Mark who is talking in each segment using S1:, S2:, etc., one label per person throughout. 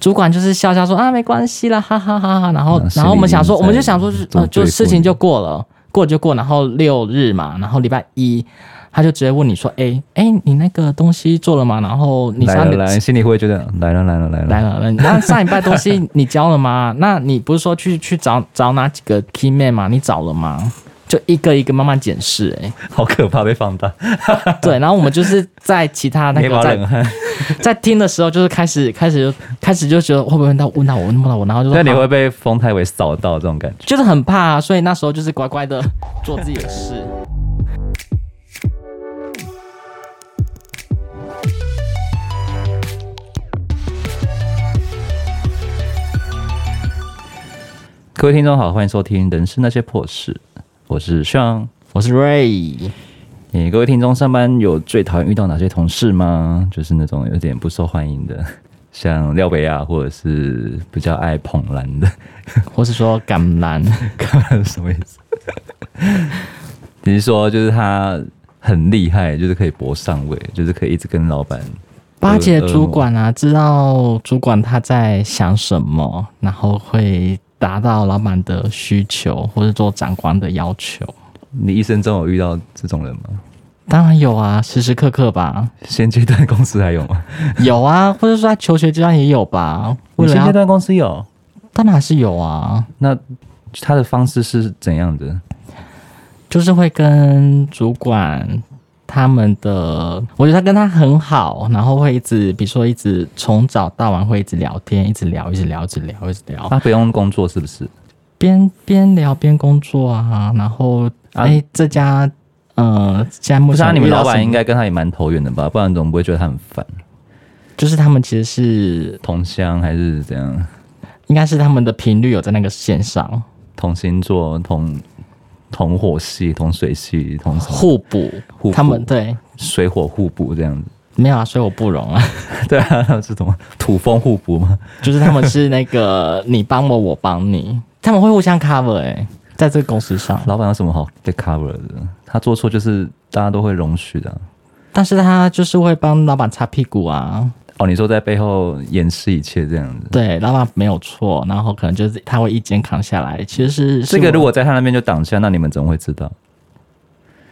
S1: 主管就是笑笑说啊，没关系啦，哈哈哈哈。然后
S2: 啊，
S1: 然后我们想说，
S2: 心里已经
S1: 我们就想说，就是
S2: 在
S1: 呃，就
S2: 对付
S1: 事情就过了，过了就过。然后六日嘛，然后礼拜一他就直接问你说，哎、哎、你那个东西做了吗？然后你
S2: 来
S1: 上
S2: 了来了，心里会觉得来了来了来了
S1: 来了，那上礼拜东西 你交了吗？那你不是说去去找找哪几个 key man 吗？你找了吗？就一个一个慢慢检视、欸，
S2: 好可怕，被放大，
S1: 对，然后我们就是在其他 那
S2: 捏
S1: 个
S2: 把
S1: 在
S2: 冷汗。
S1: 在听的时候，就是开始开始就开始就觉得会不会问到问到我问到我，然后就说
S2: 那你
S1: 好
S2: 会被风太伟扫到这种感觉？
S1: 就是很怕、啊，所以那时候就是乖乖的做自己的事。
S2: 各位听众好，欢迎收听《人生那些破事》，我是 s e
S1: 我是 Ray，
S2: 你各位听众上班有最讨厌遇到哪些同事吗？就是那种有点不受欢迎的，像廖北亚或者是比较爱捧蓝的，
S1: 或是说橄榄，
S2: 看什么意思？你是说就是他很厉害，就是可以搏上位，就是可以一直跟老板
S1: 巴结主管啊，知道主管他在想什么，然后会达到老板的需求，或是做长官的要求。
S2: 你一生中有遇到这种人吗？
S1: 当然有啊，时时刻刻吧，
S2: 现阶段公司还有 吗？
S1: 有啊，或者说在求学阶段也有吧。为
S2: 你
S1: 了
S2: 现阶
S1: 要，
S2: 段公司有？
S1: 当然还是有啊，
S2: 那他的方式是怎样的？
S1: 就是会跟主管他们的，我觉得他跟他很好，然后会一直，比如说一直从早到晚会一直聊天，一直聊，一直聊，一直聊，一直聊，
S2: 他不用工作是不是？
S1: 边边聊边工作啊，然后哎、
S2: 啊
S1: 这家呃现在目
S2: 不是啊，
S1: 前
S2: 你们
S1: 遇到
S2: 老
S1: 什
S2: 板
S1: 么
S2: 应该跟他也蛮投缘的吧？不然总不会觉得他很烦。
S1: 就是他们其实是
S2: 同乡还是怎样？
S1: 应该是他们的频率有在那个线上
S2: 同星座、同同火系、同水系、同什么
S1: 互补，
S2: 互补
S1: 他们对
S2: 水火互补这样 子。
S1: 没有啊，所以我不容啊，
S2: 对啊，是什么土风互补吗？
S1: 就是他们是那个你帮我，我帮你，他们会互相 cover 哎、在这个公司上。
S2: 老板有什么好 get cover 的？他做错就是大家都会容许的啊、
S1: 但是他就是会帮老板擦屁股啊，
S2: 哦，你说在背后掩饰一切这样子。
S1: 对，老板没有错，然后可能就是他会一肩扛下来。其实是
S2: 这个
S1: 是我
S2: 如果在他那边就挡下，那你们怎么会知道？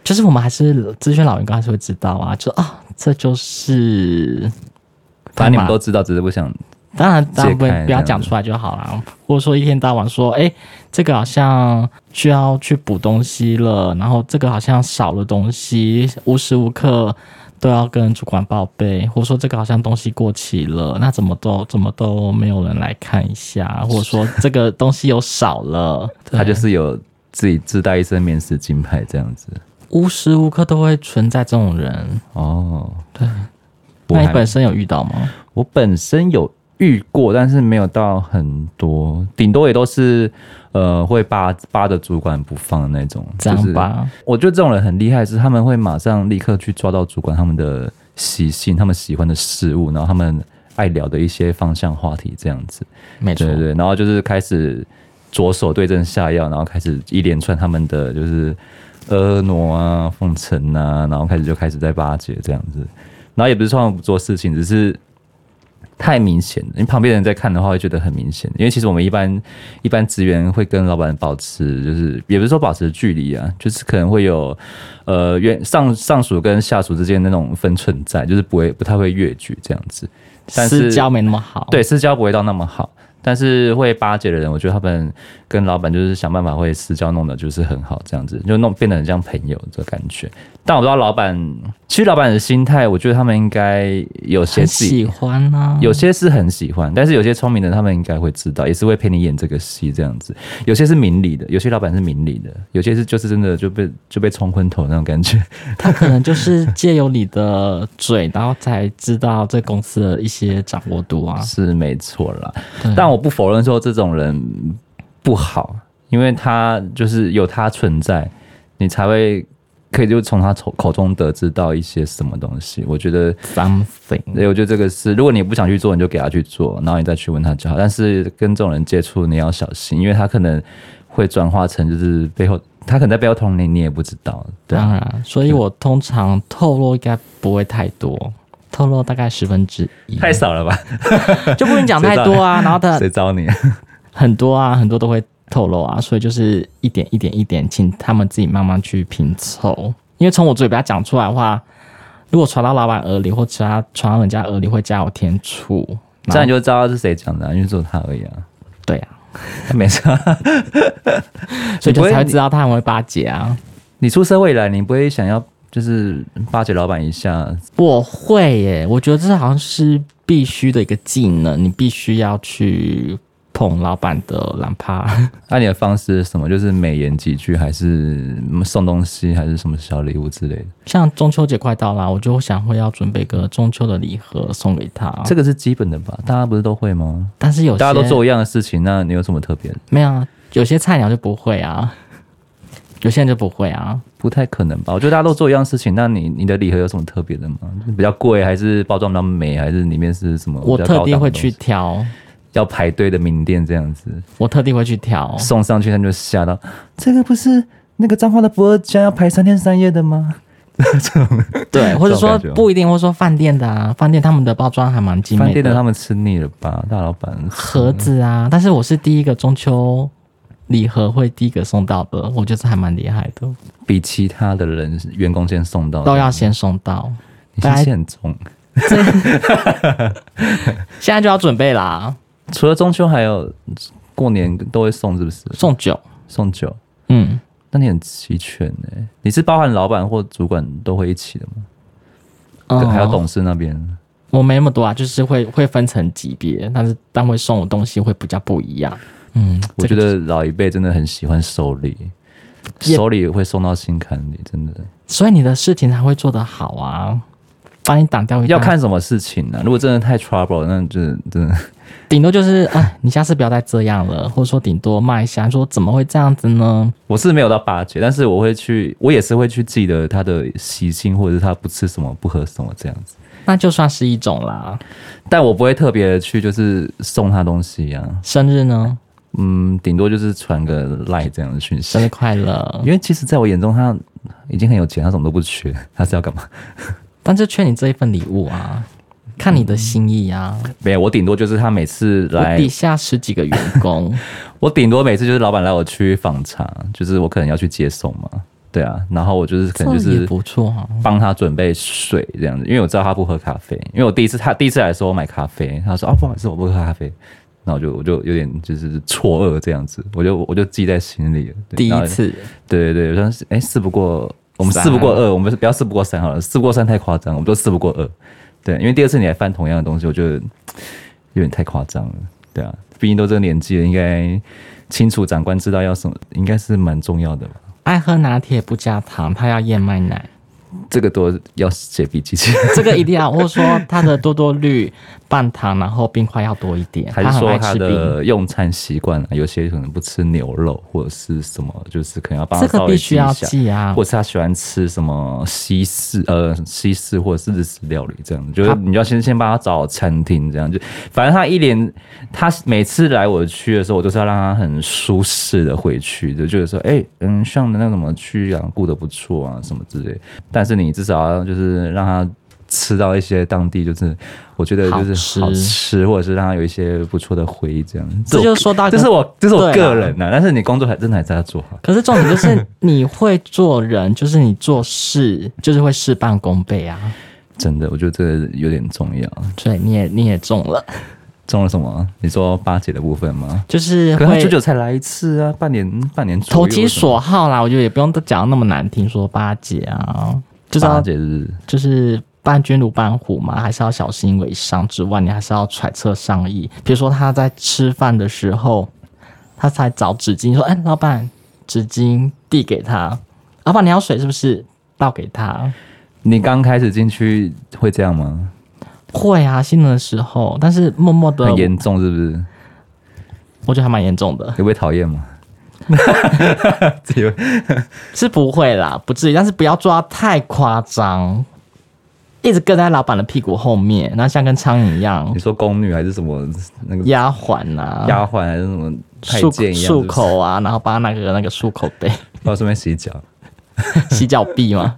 S1: 就是我们还是资深老员工还是会知道啊，就啊、这就是
S2: 反正你们
S1: 干嘛
S2: 都知道，只是不想
S1: 当然，当然不
S2: 解开
S1: 不要
S2: 这样
S1: 讲
S2: 子
S1: 出来就好啦。或者说一天到晚说，哎、这个好像需要去补东西了，然后这个好像少了东西，无时无刻都要跟主管报备，或者说这个好像东西过期了，那怎么都怎么都没有人来看一下，或者说这个东西有少了，
S2: 他就是有自己自带一身免死金牌这样子。
S1: 无时无刻都会存在这种人。
S2: 哦，
S1: 对，
S2: 我
S1: 那你
S2: 还
S1: 本身有遇到吗？
S2: 我本身有遇过，但是没有到很多，顶多也都是呃会扒扒着主管不放的那种。
S1: 这
S2: 就
S1: 样
S2: 是
S1: 吧，
S2: 我觉得这种人很厉害，是他们会马上立刻去抓到主管他们的习性、他们喜欢的事物，然后他们爱聊的一些方向话题这样子。
S1: 没错
S2: 对，对，然后就是开始着手对症下药，然后开始一连串他们的就是婀娜啊、奉承啊，然后开始就开始在巴结这样子，然后也不是说他们不做事情，只是太明显了，因为旁边的人在看的话会觉得很明显，因为其实我们一般一般职员会跟老板保持就是也不是说保持距离啊，就是可能会有呃原上上属跟下属之间那种分寸在，就是不会不太会越矩这样子。但是
S1: 私交没那么好。
S2: 对，私交不会到那么好，但是会巴结的人，我觉得他们跟老板就是想办法会私交弄的，就是很好，这样子就弄变得很像朋友的感觉。但我不知道老板，其实老板的心态，我觉得他们应该有些
S1: 很
S2: 自己
S1: 喜欢啊，
S2: 有些是很喜欢，但是有些聪明的他们应该会知道，也是会陪你演这个戏这样子。有些是明理的，有些老板是明理的，有些是就是真的就被就被冲昏头那种感觉。
S1: 他可能就是借由你的嘴，然后才知道这公司的一些掌握度啊。
S2: 是没错啦
S1: 对。
S2: 但我不否认说这种人不好，因为他就是有他存在，你才会可以就从他口口中得知到一些什么东西。我觉得，
S1: Something，
S2: 对我觉得这个是，如果你不想去做，你就给他去做，然后你再去问他就好。但是跟这种人接触，你要小心，因为他可能会转化成就是背后，他可能在背后捅你，你也不知道。对啊，
S1: 当然，所以我通常透露应该不会太多，透露大概十分之一，
S2: 太少了吧？
S1: 就不能讲太多啊。然后他
S2: 谁招你？
S1: 很多啊，很多都会透露啊，所以就是一点一点一点，请他们自己慢慢去拼凑。因为从我嘴巴讲出来的话，如果传到老板耳里，或其他传到人家耳里，会加有添醋。
S2: 这样你就知道是谁讲的、啊，因为只有他而已啊，
S1: 对啊，
S2: 他没事啊。
S1: 所以
S2: 你不
S1: 就
S2: 会
S1: 才会知道他很会巴结啊。
S2: 你出社会以来，你不会想要就是巴结老板一下？
S1: 我会耶，我觉得这好像是必须的一个技能，你必须要去捧老板的懒趴。
S2: 那、你的方式是什么？就是美言几句，还是送东西，还是什么小礼物之类的？
S1: 像中秋节快到啦，我就想会要准备个中秋的礼盒送给他。
S2: 这个是基本的吧？大家不是都会吗？
S1: 但是有些
S2: 啊大家都做一样的事情，那你有什么特别的？
S1: 没有啊，有些菜鸟就不会啊，有些人就不会啊。
S2: 不太可能吧？我觉得大家都做一样的事情，那你你的礼盒有什么特别的吗？比较贵，还是包装比较美，还是里面是什么？
S1: 我
S2: 比较高
S1: 特
S2: 档的
S1: 地会去
S2: 东西
S1: 挑，
S2: 要排队的名店这样子
S1: 我特地会去 挑。
S2: 送上去，他们就吓到，这个不是那个彰化的不二家要排三天三夜的吗？
S1: 对，或者
S2: 这
S1: 说
S2: 种感觉
S1: 不一定，或者说饭店的啊，饭店他们的包装还蛮精
S2: 饭
S1: 美
S2: 店的
S1: 的，
S2: 他们吃腻了吧，大老板。
S1: 盒子
S2: 嗯
S1: 啊。但是我是第一个中秋礼盒会第一个送到的，我觉得这还蛮厉害的，
S2: 比其他的人员工先送到，
S1: 都要先送到，
S2: 你心机很重。
S1: 现在就要准备啦，
S2: 除了中秋，还有过年都会送，是不是？
S1: 送酒。
S2: 送酒，
S1: 嗯，
S2: 那你很齐全哎、你是包含老板或主管都会一起的吗？
S1: 嗯
S2: 还有董事那边，
S1: 我没那么多啊，就是会会分成级别，但是单位送我东西会比较不一样。嗯，
S2: 我觉得老一辈真的很喜欢手礼，
S1: 也嗯
S2: 手礼会送到心坎里，真的。
S1: 所以你的事情才会做得好啊，帮你挡掉一大
S2: 要，看什么事情啊呢、如果真的太 trouble，那就真的
S1: 顶多就是哎，你下次不要再这样了，或者说顶多骂一下，说怎么会这样子呢？
S2: 我是没有到巴结，但是我会去，我也是会去记得他的习性，或者是他不吃什么、不喝什么这样子。
S1: 那就算是一种啦。
S2: 但我不会特别的去就是送他东西啊，
S1: 生日 呢，
S2: 嗯，顶多就是传个赖这样的讯
S1: 生日
S2: 息。
S1: 快乐
S2: 因，为其实在我眼中，他已经很有钱，他什么都不缺， 他是要干嘛？
S1: 但就缺你这一份礼物啊，看你的心意啊。
S2: 没有，我顶多就是他每次
S1: 我
S2: 来
S1: 底，下十几个员 工，
S2: 我顶多每次就是老板来我区访查，就是我可能要去接送嘛，对啊，然后我就是
S1: 这
S2: 可能就
S1: 也
S2: 是
S1: 不错啊。
S2: 帮他准备水这样子，因为我知道他不喝咖啡，因为我第一次他第一次来的时候我买咖啡，他说啊不好意思我不喝咖啡，那我就我就有点就是错愕这样子，我就我就记在心里了。对
S1: 第
S2: 然
S1: 一
S2: 后
S1: 次，
S2: 对对对，我说是哎事不过我们
S1: 三
S2: 事不过二，我们不要事不过三好了，事不过三太夸张，我们都事不过二。对，因为第二次你还翻同样的东西，我觉得嘖有点太夸张了。对啊，毕竟都这个年纪了，应该清楚长官知道要什么，应该是蛮重要的吧。
S1: 爱喝拿铁不加糖，他要燕麦 奶。
S2: 这个都要写笔 记，
S1: 这个一定要，或者说它的多多绿半糖，然后冰块要多一点。
S2: 还是
S1: 很
S2: 说
S1: 爱
S2: 他
S1: 吃冰，
S2: 的用餐习惯啊？有些可能不吃牛肉或者是什么，就是可能要帮他
S1: 这
S2: 稍
S1: 个
S2: 微
S1: 必
S2: 记
S1: 须
S2: 一
S1: 要
S2: 下。
S1: 记啊
S2: 或。是他喜欢吃什么西式，呃，西式或者是日式料理这样子，就是
S1: 他
S2: 你要先先帮他找餐厅这样，就反正他一连他每次来我去的时候，我都是要让他很舒适的回去，就觉得说，哎、嗯，像的那个什么去养顾得不错啊，什么之类。但是你至少要就是让他吃到一些当地，就是我觉得就是
S1: 好
S2: 好
S1: 吃
S2: 吃，或者是让他有一些不错的回忆这样。
S1: 这就说到一
S2: 这
S1: 个
S2: 是我这是我
S1: 对啊
S2: 个人呐、但是你工作还真的还是要做好。
S1: 可是重点就是你会做人，就是你做事就是会事半功倍啊。
S2: 真的，我觉得这个有点重要。
S1: 所以你也你也中了，
S2: 中了什么？你说八姐的部分吗？
S1: 就是
S2: 可是他
S1: 会
S2: 久久才来一次啊，半年半年左右
S1: 投其所好啦。我觉得也不用讲到那么难听，说巴结啊，就是
S2: 为什么，八
S1: 要
S2: 姐是
S1: 就是伴君如伴虎嘛，还是要小心为上。之外，你还是要揣测上意。比如说他在吃饭的时候，他才找纸巾，说：“哎、老板，纸巾递给他。”老板，你要水是不是？倒给他。
S2: 你刚开始进去会这样吗？
S1: 会啊，新人的时候，但是默默的
S2: 很，严重是不是？
S1: 我觉得还蛮严重的，
S2: 你会讨厌吗？自己会
S1: 是不会啦，不至于，但是不要做到太夸张，一直跟在老板的屁股后面，然后像跟苍蝇一样
S2: 你说宫女还是什么那个
S1: 丫鬟啊，
S2: 丫鬟还是什么太
S1: 漱
S2: 监一样？
S1: 漱
S2: 是不是，
S1: 口啊，然后帮他那个那个漱口杯。
S2: 帮我顺便洗脚。
S1: 洗脚臂吗？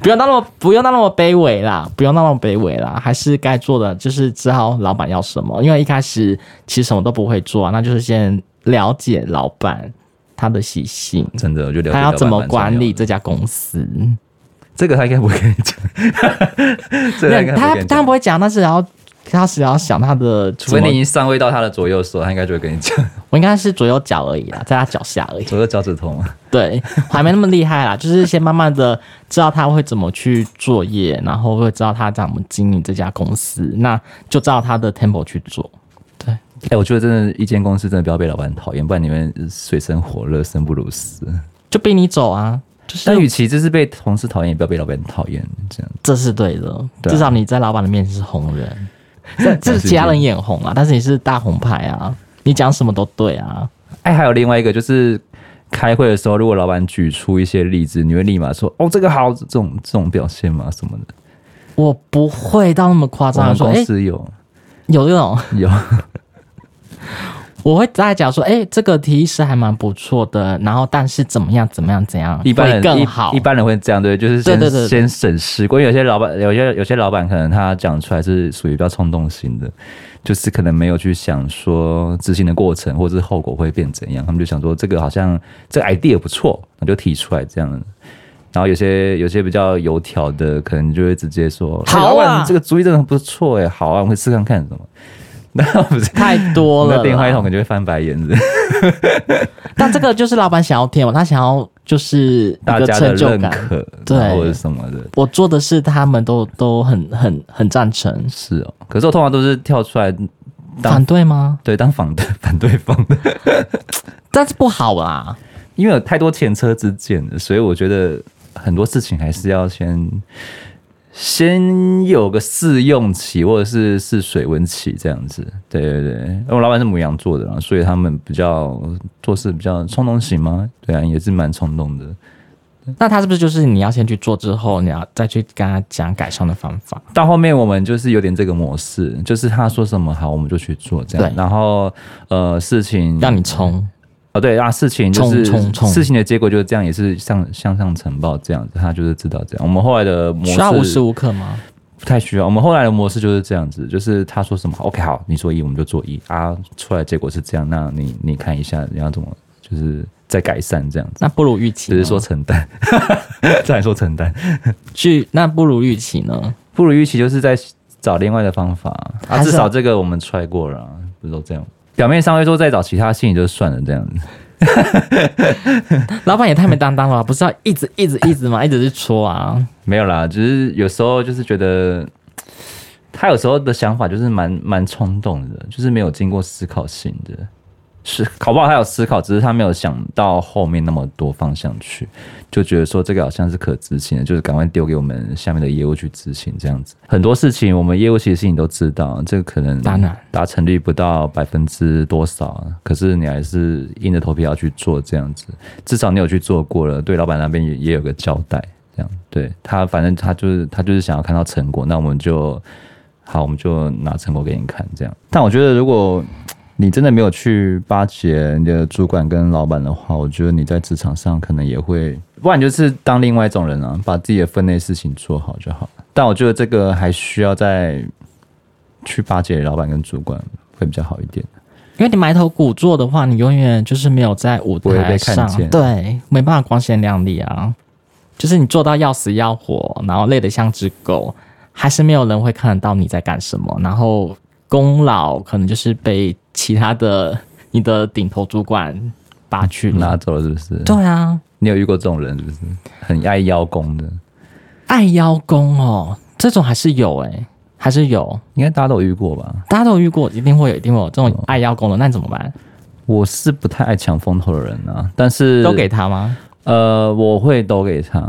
S1: 不用到那么不用到那么卑微啦，不用到那么卑微啦，还是该做的就是知道老板要什么，因为一开始其实什么都不会做啊，那就是先了解老板他的习性，
S2: 真的，我就了解
S1: 他
S2: 老
S1: 要
S2: 板
S1: 怎么
S2: 蛮重要
S1: 管理
S2: 的
S1: 这家公司。
S2: 这个，他应该不会跟你 讲。这个
S1: 没
S2: 应该
S1: 有
S2: 不
S1: 他
S2: 会跟
S1: 当然
S2: 你讲。
S1: 不会讲，但是然后他只要想他的怎
S2: 除非
S1: 么，
S2: 你已经上位到他的左右手，他应该就会跟你讲
S1: 我应该是左右脚而已啦，在他脚下而已。
S2: 左右脚趾头嘛。
S1: 对， 我还没那么厉害啦，就是先慢慢的知道他会怎么去作业，然后会知道他怎么经营这家公司，那就照他的 tempo 去做。对，
S2: 哎、我觉得真的，一间公司真的不要被老板讨厌，不然你们水深火热，生不如死。
S1: 就逼你走啊，就是
S2: 但与其就是被同事讨厌，也不要被老板讨厌，这样
S1: 这是对的，
S2: 对啊
S1: 至少你在老板的面前是红人，这这是其他人眼红啊，但是你是大红牌啊，你讲什么都对啊。
S2: 哎，还有另外一个就是，开会的时候，如果老板举出一些例子，你会立马说：“哦，这个好，这种这种表现嘛什么的。
S1: 我不会到那么夸”
S2: 我
S1: 张
S2: 们
S1: 的说，
S2: 公
S1: 哎、
S2: 司有、
S1: 有这种，
S2: 有，
S1: 我会大概讲说，哎、这个提议是还蛮不错的，然后但是怎么样怎么样怎样，
S2: 一般
S1: 会
S2: 人
S1: 更好
S2: 一，一般人会这样对，就是先
S1: 对对对对
S2: 先审视过，因为有些老板，有些有些老板可能他讲出来是属于比较冲动型的，就是可能没有去想说执行的过程或者是后果会变怎样，他们就想说这个好像这个 idea 不错，那就提出来这样。然后有些有些比较油条的，可能就会直接说：“
S1: 好啊
S2: 哎老板这个主意真的很不错哎，好啊，我们试看看什么。” 那不是
S1: 太多了
S2: 那
S1: 啦。
S2: 电话一筒可能就会翻白眼子，
S1: 但这个就是老板想要贴嘛，他想要就是
S2: 大
S1: 一个
S2: 家的
S1: 成就
S2: 认
S1: 感。
S2: 可，
S1: 对
S2: 然后或者什么的，
S1: 我做的事，他们都都很很很赞成，
S2: 是哦，可是我通常都是跳出来当
S1: 反对吗？
S2: 对当反对 反对方的，
S1: 但是不好啦，
S2: 因为有太多前车之鉴了，所以我觉得很多事情还是要先先有个试用期或者是试水温期这样子。对对对，因为我老板是母羊座的啦，所以他们比较做事比较冲动型吗？对啊，也是蛮冲动的。
S1: 那他是不是就是你要先去做之后，你要再去跟他讲改善的方法？
S2: 到后面我们就是有点这个模式，就是他说什么好，我们就去做这样。
S1: 对
S2: 然后呃，事情
S1: 让你冲，
S2: 哦，对啊，事情就是
S1: 冲冲冲
S2: 事情的结果就是这样，也是向向上呈报这样子，他就是知道这样。我们后来的模
S1: 需要无时
S2: 式
S1: 无刻吗？
S2: 不太需要，我们后来的模式就是这样子，就是他说什么，OK，好，你说一我们就做一啊，出来的结果是这样，那你你看一下你要怎么，就是再改善这样子，
S1: 那不如预期
S2: 只
S1: 呢，
S2: 是说承担， 再来说承担，
S1: 去，那不如预期呢？
S2: 不如预期就是在找另外的方法啊，
S1: 还是
S2: 至少这个我们 try 过了啊、不是都这样。表面上会说再找其他，心里就算了这样子。
S1: 老板也太没担当了吧，不是要一直一直一直吗？一直去戳啊，
S2: 没有啦，只、是有时候就是觉得他有时候的想法就是蛮蛮冲动的，就是没有经过思考性的。是，搞不好他有思考，只是他没有想到后面那么多方向去，就觉得说这个好像是可执行的，就是赶快丢给我们下面的业务去执行这样子。很多事情我们业务其实事情都知道，这个可能
S1: 当然
S2: 达成率不到百分之多少，可是你还是硬着头皮要去做这样子，至少你有去做过了，对老板那边也也有个交代。这样，对他，反正他就是他就是想要看到成果，那我们就好，我们就拿成果给你看，这样。但我觉得，如果你真的没有去巴结你的主管跟老板的话，我觉得你在职场上可能也会，不然你就是当另外一种人啊，把自己的分内事情做好就好了。但我觉得这个还需要再去巴结老板跟主管会比较好一点。
S1: 因为你埋头苦做的话，你永远就是没有在舞
S2: 不会
S1: 台
S2: 被看
S1: 上，
S2: 见
S1: 对，没办法光鲜亮丽啊。就是你做到要死要活，然后累得像只狗，还是没有人会看得到你在干什么。然后功劳可能就是被其他的你的顶头主管拔去
S2: 拿
S1: 了。
S2: 走了是不是？
S1: 对啊，
S2: 你有遇过这种人是不是？很爱邀功的，
S1: 爱邀功哦，这种还是有诶、欸还是有，
S2: 应该大家都有遇过吧？
S1: 大家都有遇过，一定会有，一定会有这种爱邀功的，那你怎么办？
S2: 我是不太爱抢风头的人啊，但是
S1: 都给他吗？
S2: 呃，我会都给他，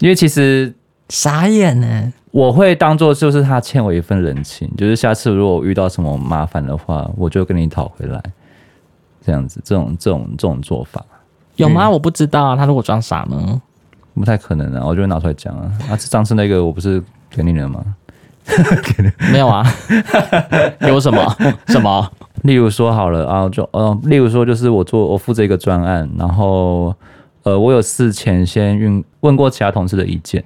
S2: 因为其实
S1: 傻眼呢、
S2: 我会当做就是他欠我一份人情，就是下次如果我遇到什么麻烦的话，我就跟你讨回来，这样子，这种这种这种做法
S1: 有吗？我不知道啊。他如果装傻呢？
S2: 不太可能啊，我就会拿出来讲啊，啊，上次那个我不是给你了吗？
S1: 没有 啊，有什么什么？
S2: 例如说好了啊，就呃，例如说就是我做我负责一个专案，然后呃，我有事前先问问过其他同事的意见，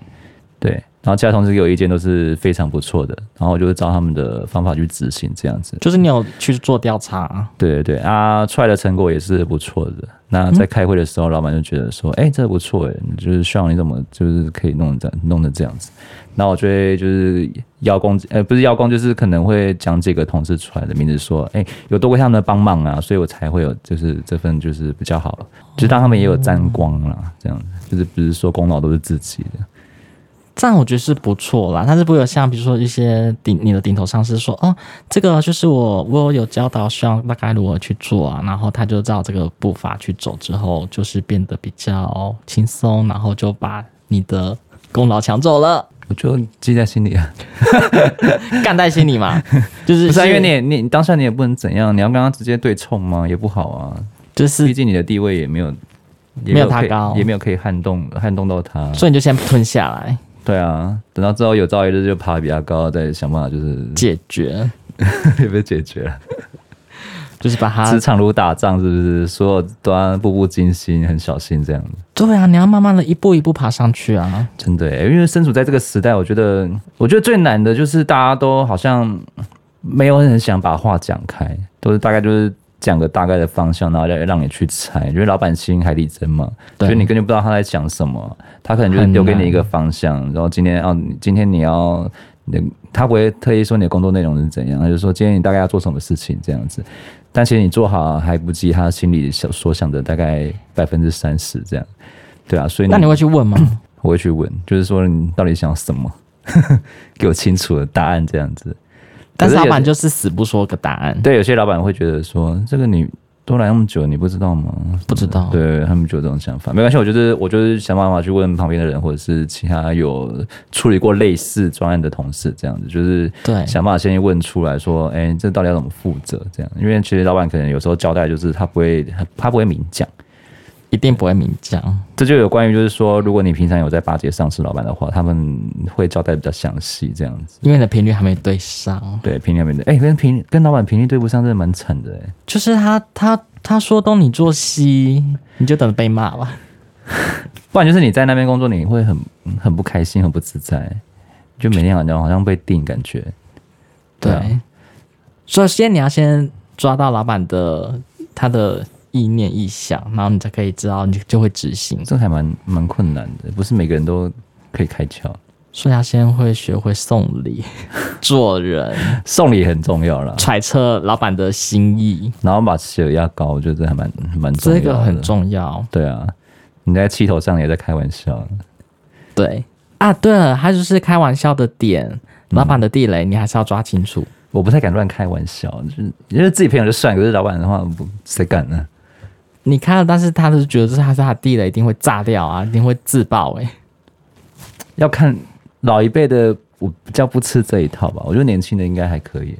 S2: 对，然后其他同事给我意见都是非常不错的，然后我就照他们的方法去执行这样子。
S1: 就是你有去做调查，
S2: 对对对啊，出来的成果也是不错的。那在开会的时候，老板就觉得说：“哎、这不错哎，就是希望你怎么就是可以弄这样弄得这样子。”那我就会就是邀功，呃，不是邀功，就是可能会讲几个同事出来的名字，说：“哎、有多亏他们的帮忙啊，所以我才会有就是这份就是比较好，就是让他们也有沾光啦，这样子就是不是说功劳都是自己的。”
S1: 这样我觉得是不错啦。但是不会有像比如说一些顶你的顶头上司说，哦，这个就是我我有教导需要大概如何去做啊，然后他就照这个步伐去走之后，就是变得比较轻松，然后就把你的功劳抢走了，
S2: 我就记在心里啊，
S1: 干在心里 嘛，就是
S2: 不是啊、因为你也你你当下你也不能怎样，你要跟他直接对冲吗？也不好啊，
S1: 就是
S2: 毕竟你的地位也没有，也
S1: 没有他
S2: 可以
S1: 高
S2: 也没有可以撼动撼动到他。
S1: 所以你就先吞下来
S2: 对啊，等到之后有朝一日就爬得比他高，再想办法就是
S1: 解决，
S2: 也被解决了。
S1: 就是把它
S2: 职场如打仗，是不是？所有都要步步惊心，很小心这样子。
S1: 对啊，你要慢慢的一步一步爬上去啊。
S2: 真的欸耶，因为身处在这个时代，我觉得，我觉得最难的就是大家都好像没有很想把话讲开，都是大概就是讲个大概的方向，然后让让你去猜，因为老板心海底针嘛，
S1: 对
S2: 所以你根本不知道他在讲什么，他可能就是
S1: 很
S2: 丢给
S1: 难
S2: 你一个方向，然后今天哦，你今天你要。你他不会特意说你的工作内容是怎样，他就说今天你大概要做什么事情这样子，但其实你做好还不及他心里想所想的大概百分之三十这样，对啊，所以
S1: 那你会去问吗？
S2: 我会去问，就是说你到底想什么， 给我清楚的答案这样子。
S1: 但是
S2: 可
S1: 老
S2: 有
S1: 板就是死不说个答案，
S2: 对有些老板会觉得说，这个你都来那么久，你不知道吗？
S1: 不知道。
S2: 对他们就有这种想法，没关系，我就是我就是想办法去问旁边的人，或者是其他有处理过类似专案的同事，这样子就是
S1: 对
S2: 想办法先问出来说，哎、这到底要怎么负责？这样，因为其实老板可能有时候交代就是他不会他不会明讲，
S1: 一定不会明讲。
S2: 这就有关于就是说，如果你平常有在巴结上司老板的话，他们会交代比较详细这样子。
S1: 因为你的频率还没对上，
S2: 对，频率没对，哎、跟频跟老板频率对不上，真的蛮惨的、哎。
S1: 就是他他他说东你做西，你就等着被骂吧。
S2: 不然就是你在那边工作，你会很很不开心，很不自在，就每天好像好像被定感觉。
S1: 对，
S2: 对啊
S1: 首先你要先抓到老板的他的意念意向，然后你才可以知道，你就会执行。
S2: 这还蛮蛮困难的，不是每个人都可以开窍。
S1: 所以要先会学会送 礼、做人、
S2: 送礼很重要啦，
S1: 揣测老板的心意，
S2: 然后把血压高，我觉得这还蛮蛮重要
S1: 这
S2: 的。
S1: 个很重要。
S2: 对啊，你在气头上也在开玩笑，
S1: 对啊，对了，他就是开玩笑的点，老板的地雷你还是要抓清楚。
S2: 我不太敢乱开玩笑，就是因为自己朋友就算，可是老板的话，不谁敢呢、
S1: 你看了，但是他是觉得这是他是他的地雷，一定会炸掉啊，一定会自爆哎、
S2: 要看老一辈的，我比较不吃这一套吧。我觉得年轻的应该还可以、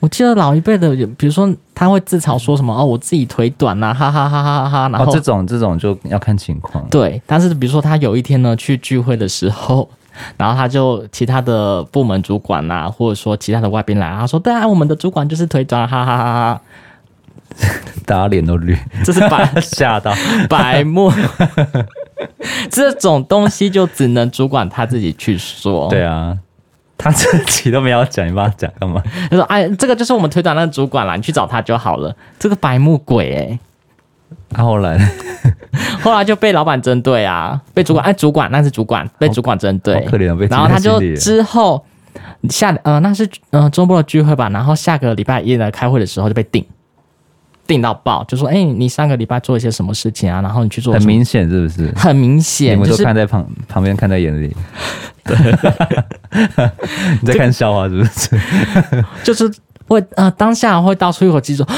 S1: 我记得老一辈的，比如说他会自嘲说什么哦，我自己腿短呐、哈哈哈哈哈哈。然
S2: 哦，
S1: 后、
S2: 这种这种就要看情 况。
S1: 对，但是比如说他有一天呢去聚会的时候，然后他就其他的部门主管呐、或者说其他的外宾来，他说对啊，我们的主管就是腿短，哈哈哈哈，
S2: 大家脸都 绿，
S1: 这是白
S2: 吓到。
S1: 白目。这种东西就只能主管他自己去说。
S2: 对啊，他自己都没有讲，你帮他讲干嘛？
S1: 他说：“哎，这个就是我们推转那个主管啦，你去找他就好了。”这个白目鬼哎、
S2: 他啊后来
S1: 后来就被老板针对啊，被主管哎，主管那是主管被主管针对，
S2: 好可怜哦被记在
S1: 然后他就
S2: 心里耶
S1: 之后下呃那是呃周末的聚会吧，然后下个礼拜一来开会的时候就被定。定到爆，就说：“哎、你上个礼拜做一些什么事情啊？然后你去做
S2: 很
S1: 什么
S2: 明显，是不是？
S1: 很明
S2: 你
S1: 显，
S2: 们
S1: 就
S2: 都
S1: 是
S2: 看在旁旁边看在眼里。 你在看笑话是不是？
S1: 就是会呃当下会倒出一口气说啊：‘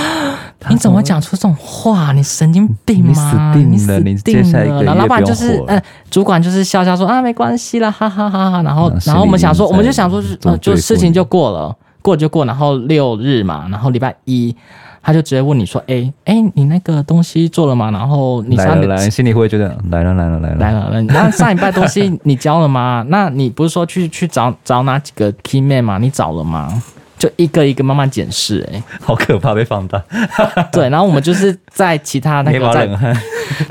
S1: 你怎么会讲出这种话？你神经病吗？
S2: 你死定了
S1: 你
S2: 你
S1: 死定
S2: 接下来一个
S1: 然后老
S2: 月
S1: 板
S2: 不
S1: 就
S2: 用
S1: 是
S2: 活了
S1: 呃主管就是笑笑说啊没关系啦，哈哈哈哈。然后
S2: 然后心
S1: 然后我们
S2: 里
S1: 想说，
S2: 一直
S1: 我们就
S2: 在
S1: 想说是
S2: 作
S1: 呃就
S2: 对
S1: 事
S2: 付
S1: 情
S2: 你
S1: 就过了，过了就过。然后六日嘛，然后礼拜一。他就直接问你说：“哎、哎、你那个东西做了吗？然后 你
S2: 来
S1: 上
S2: 了来了，心里会觉得来了来了来
S1: 来
S2: 了。
S1: 了，那上礼拜东 西你交了吗？那你不是说去去找找哪几个 key man 吗？你找了吗？就一个一个慢慢检视、 欸，
S2: 好可怕，被放大，
S1: 哎，对，然后我们就是在其他那
S2: 捏
S1: 个
S2: 把
S1: 在
S2: 冷啊汗。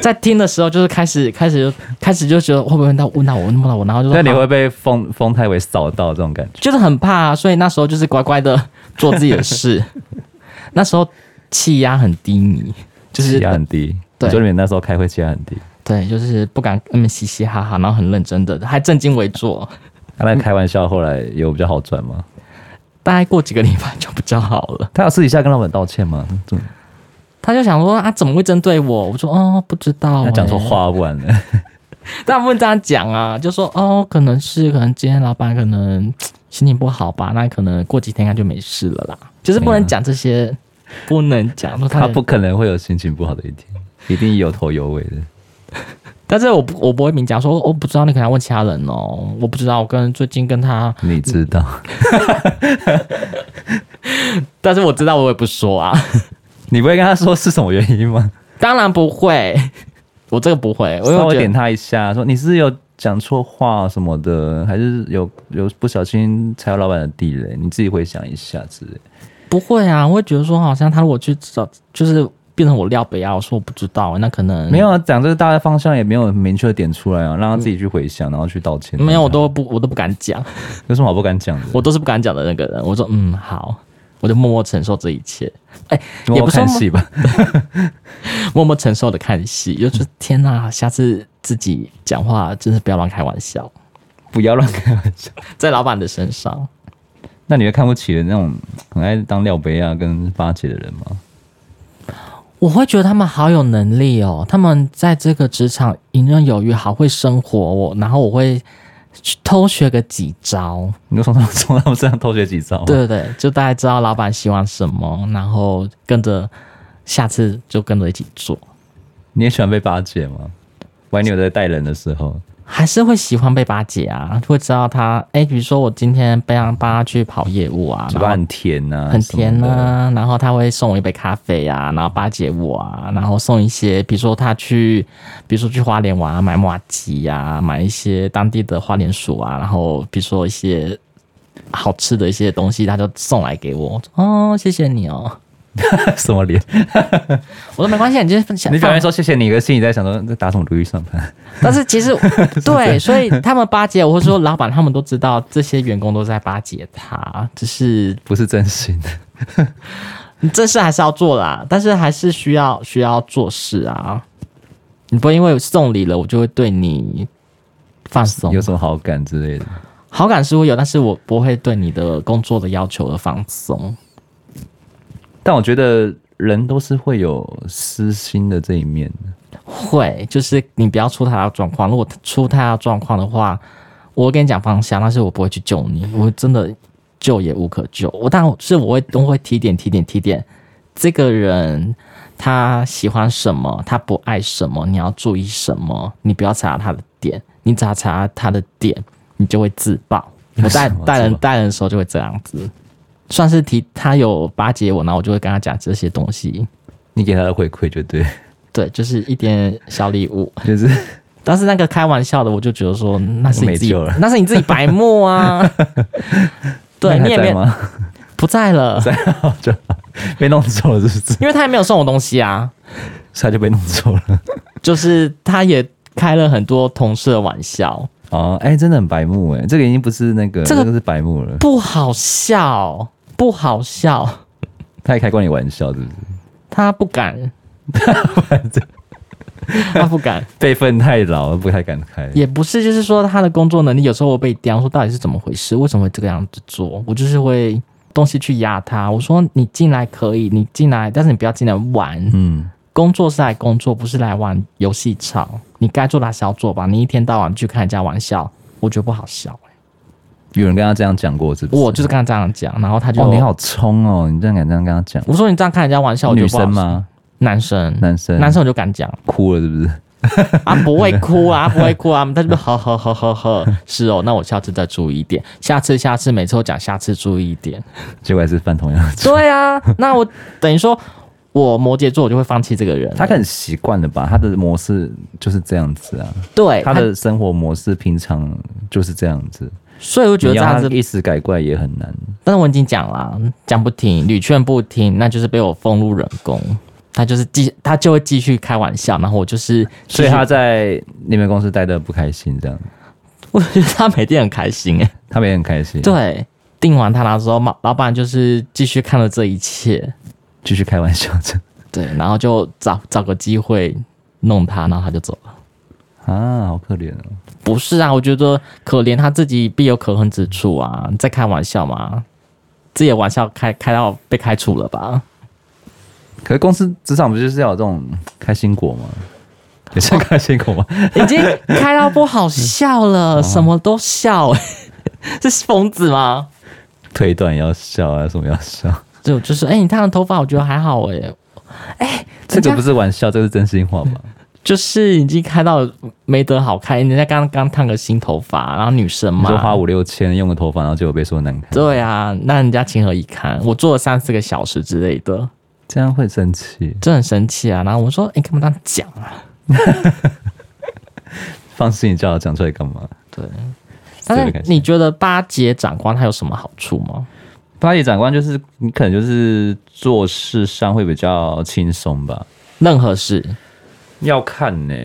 S1: 在听的时候，就是开始开始就开始就觉得会不会问到问到我问到我，然后就说
S2: 那你
S1: 好
S2: 会被风风太伟扫到这种感觉？
S1: 就是很怕、啊，所以那时候就是乖乖的做自己的 事。那时候气压很低迷，就是
S2: 气压很低，
S1: 对
S2: 你说你们那时候开会气压很低，
S1: 对，就是不敢嗯嘻嘻哈哈，然后很认真的，还正襟危坐。
S2: 他那开玩笑后来有比较好转吗？
S1: 大概过几个礼拜就比较好了。
S2: 他有私底下跟老板道歉吗？怎么
S1: 他就想说啊，怎么会针对我？我说哦，不知道、
S2: 他讲错
S1: 欸，
S2: 话不完了，
S1: 大部分这样讲啊，就说哦，可能是可能今天老板可能嘖心情不好吧，那可能过几天应该就没事了啦。就是不能讲这些，不能讲说
S2: 哎他不可能会有心情不好的一天，一定有头有尾的。
S1: 但是我不我不会明讲说，我不知道，你可能要问其他人哦。我不知道，我跟最近跟他，
S2: 你知道，
S1: 但是我知道我也不说啊，
S2: 你不会跟他说是什么原因 吗？
S1: 当然不会，我这个不会，我
S2: 稍
S1: 有
S2: 微
S1: 点
S2: 点他一下，说你是有讲错话什么的，还是有有不小心踩到老板的地雷？你自己回想一下之类的。
S1: 不会啊，我会觉得说好像他如果去找，就是变成我料北啊，我说我不知道，那可能
S2: 没有啊，讲这个大的方向也没有很明确的点出来啊，让他自己去回想，然后去道歉。
S1: 没有，我都不我都不敢讲，
S2: 有什么好不敢讲的？
S1: 我都是不敢讲的那个人。我说嗯好，我就默默承受这一切，
S2: 我
S1: 也不是
S2: 看戏吧，
S1: 默默承受的看戏，就是天哪、下次自己讲话真是不要乱开玩笑，
S2: 不 要乱开玩笑。
S1: 在老板的身上。
S2: 那你会看不起的那种很爱当廖杯啊跟巴结的人吗？
S1: 我会觉得他们好有能力哦，他们在这个职场游刃有余，好会生活哦。然后我会去偷学个几招，
S2: 你就从他们从他们身上偷学几招啊吗？
S1: 对对对，就大概知道老板喜欢什么，然后跟着下次就跟着一起做，
S2: 你也喜欢被巴结吗？玩有在带人的时候，
S1: 还是会喜欢被巴结啊，会知道他哎，比如说我今天帮他帮他去跑业务啊，
S2: 嘴
S1: 然
S2: 巴
S1: 后
S2: 很甜呐、啊，
S1: 很甜
S2: 呐、
S1: 啊，然后他会送我一杯咖啡啊，然后巴结我啊，然后送一些，比如说他去，比如说去花莲玩、啊、买麻吉啊，买一些当地的花莲薯啊，然后比如说一些好吃的一些东西，他就送来给我。哦，谢谢你哦。
S2: 什么脸？
S1: 我说没关系，你就分享。
S2: 你表
S1: 放
S2: 面说谢谢你，可是心里在想说，这打什么主意算 盘？
S1: 但是其实对，所以他们巴结我，或者说老板他们都知道，这些员工都在巴结他，只是
S2: 不是真心的。
S1: 这事还是要做啦，但是还是需要需要做事啊。你不会因为送礼了，我就会对你放松
S2: 有。什么好感之类的？
S1: 好感是会有，但是我不会对你的工作的要求而放松。
S2: 但我觉得人都是会有私心的这一面的。
S1: 会，就是你不要出太大的状况。如果出太大的状况的话，我会跟你讲方向，但是我不会去救你，我真的救也无可救。我但是我会我会提点提点提点，这个人他喜欢什么，他不爱什么，你要注意什么，你不要踩到他的点，你只要踩到他的点，你就会自爆。我带
S2: 为什么
S1: 带人
S2: 自爆
S1: 带人的时候就会这样子，算是提他有巴结我，然后我就会跟他讲这些东西，
S2: 你给他的回馈就对，
S1: 对，就是一点小礼物。
S2: 就是
S1: 但是那个开玩笑的，我就觉得说那是你自己
S2: 没救了，
S1: 那是你自己白目 啊。对，
S2: 那
S1: 你
S2: 你
S1: 也没
S2: 还在
S1: 有
S2: 吗？
S1: 不在了，
S2: 就被弄走了，是不是？
S1: 因为他也没有送我东西啊，
S2: 所以他就被弄走了。
S1: 就是他也开了很多同事的玩笑，
S2: 哦，哎、真的很白目哎，这个已经不是那个，
S1: 这
S2: 这
S1: 个
S2: 个、是白目了。
S1: 不好笑，不好笑，
S2: 他也开过你玩笑，是不是？
S1: 他不 敢，他不敢，
S2: 辈分太老了，不太敢开。
S1: 也不是，就是说他的工作能力有时候我被刁，说到底是怎么回事，为什么会这个样子做？我就是会东西去压他，我说你进来可以，你进来，但是你不要进来玩。
S2: 嗯，
S1: 工作是来工作，不是来玩游戏场。你该做的还是要做吧。你一天到晚去看人家玩笑，我觉得不好笑、
S2: 有人跟他这样讲过，是不是？
S1: 我就是跟他这样讲，然后他就、
S2: 哦，你好冲哦，你这样敢这样跟他讲？
S1: 我说你这样看人家玩笑，我觉
S2: 女
S1: 得不好
S2: 生？吗？
S1: 男生，
S2: 男生？
S1: 男生我就敢讲
S2: 哭了是不是？
S1: 啊，不会哭啊，不会哭啊，他就呵呵呵呵呵，是哦，那我下次再注意一点，下次下次每次都讲下次注意一 点。
S2: 结果还是犯同样的错。
S1: 对啊，那我等于说我摩羯座我就会放弃这个人，
S2: 他可能习惯了吧，他的模式就是这样子啊，
S1: 对
S2: 他的生活模式平常就是这样子。
S1: 所以我觉得
S2: 你
S1: 这
S2: 要
S1: 样
S2: 他
S1: 子，
S2: 一时改怪也很难。
S1: 但是我已经讲了，啊讲不听，屡劝不听，那就是被我封入人工。他就是继他就会继续开玩笑，然后我就是继续，
S2: 所以他在那边公司待的不开心，这样
S1: 我觉得他每天很开心哎、
S2: 他们也很开心，，
S1: 对，订完他那之后，老老板就是继续看了这一切，
S2: 继续开玩笑这样
S1: 对，然后就找找个机会弄他，然后他就走了。
S2: 啊，好可怜哦。
S1: 不是啊，我觉得可怜他自己必有可恨之处啊！你在开玩笑吗？自己的玩笑开开到被开除了吧？
S2: 可是公司职场不就是要有这种开心果吗？
S1: 哦
S2: 也是开心果吗？
S1: 已经开到不好笑 了，什么都笑、 这是疯子吗？
S2: 推断要笑啊，什么要笑？
S1: 就就是，哎、你烫的头发我觉得还好哎、
S2: 这个不是玩笑，这个是真心话吧？
S1: 就是已经开到没得好看，人家刚刚烫个新头发，然后女生
S2: 你
S1: 嘛，
S2: 说花五六千用个头发，然后结果被说难看，
S1: 对啊，那人家情何以堪？我做了三四个小时之类的，
S2: 这样会生气。
S1: 真的很生气啊！然后我说：“哎、干嘛这样讲啊
S2: 放肆，你叫他讲出来干嘛？？”
S1: 对。
S2: 这
S1: 但
S2: 个
S1: 是
S2: 感觉
S1: 你觉得巴结长官他有什么好处吗？
S2: 巴黎长官就是你，可能就是做事上会比较轻松吧。
S1: 任何事，
S2: 要看呢、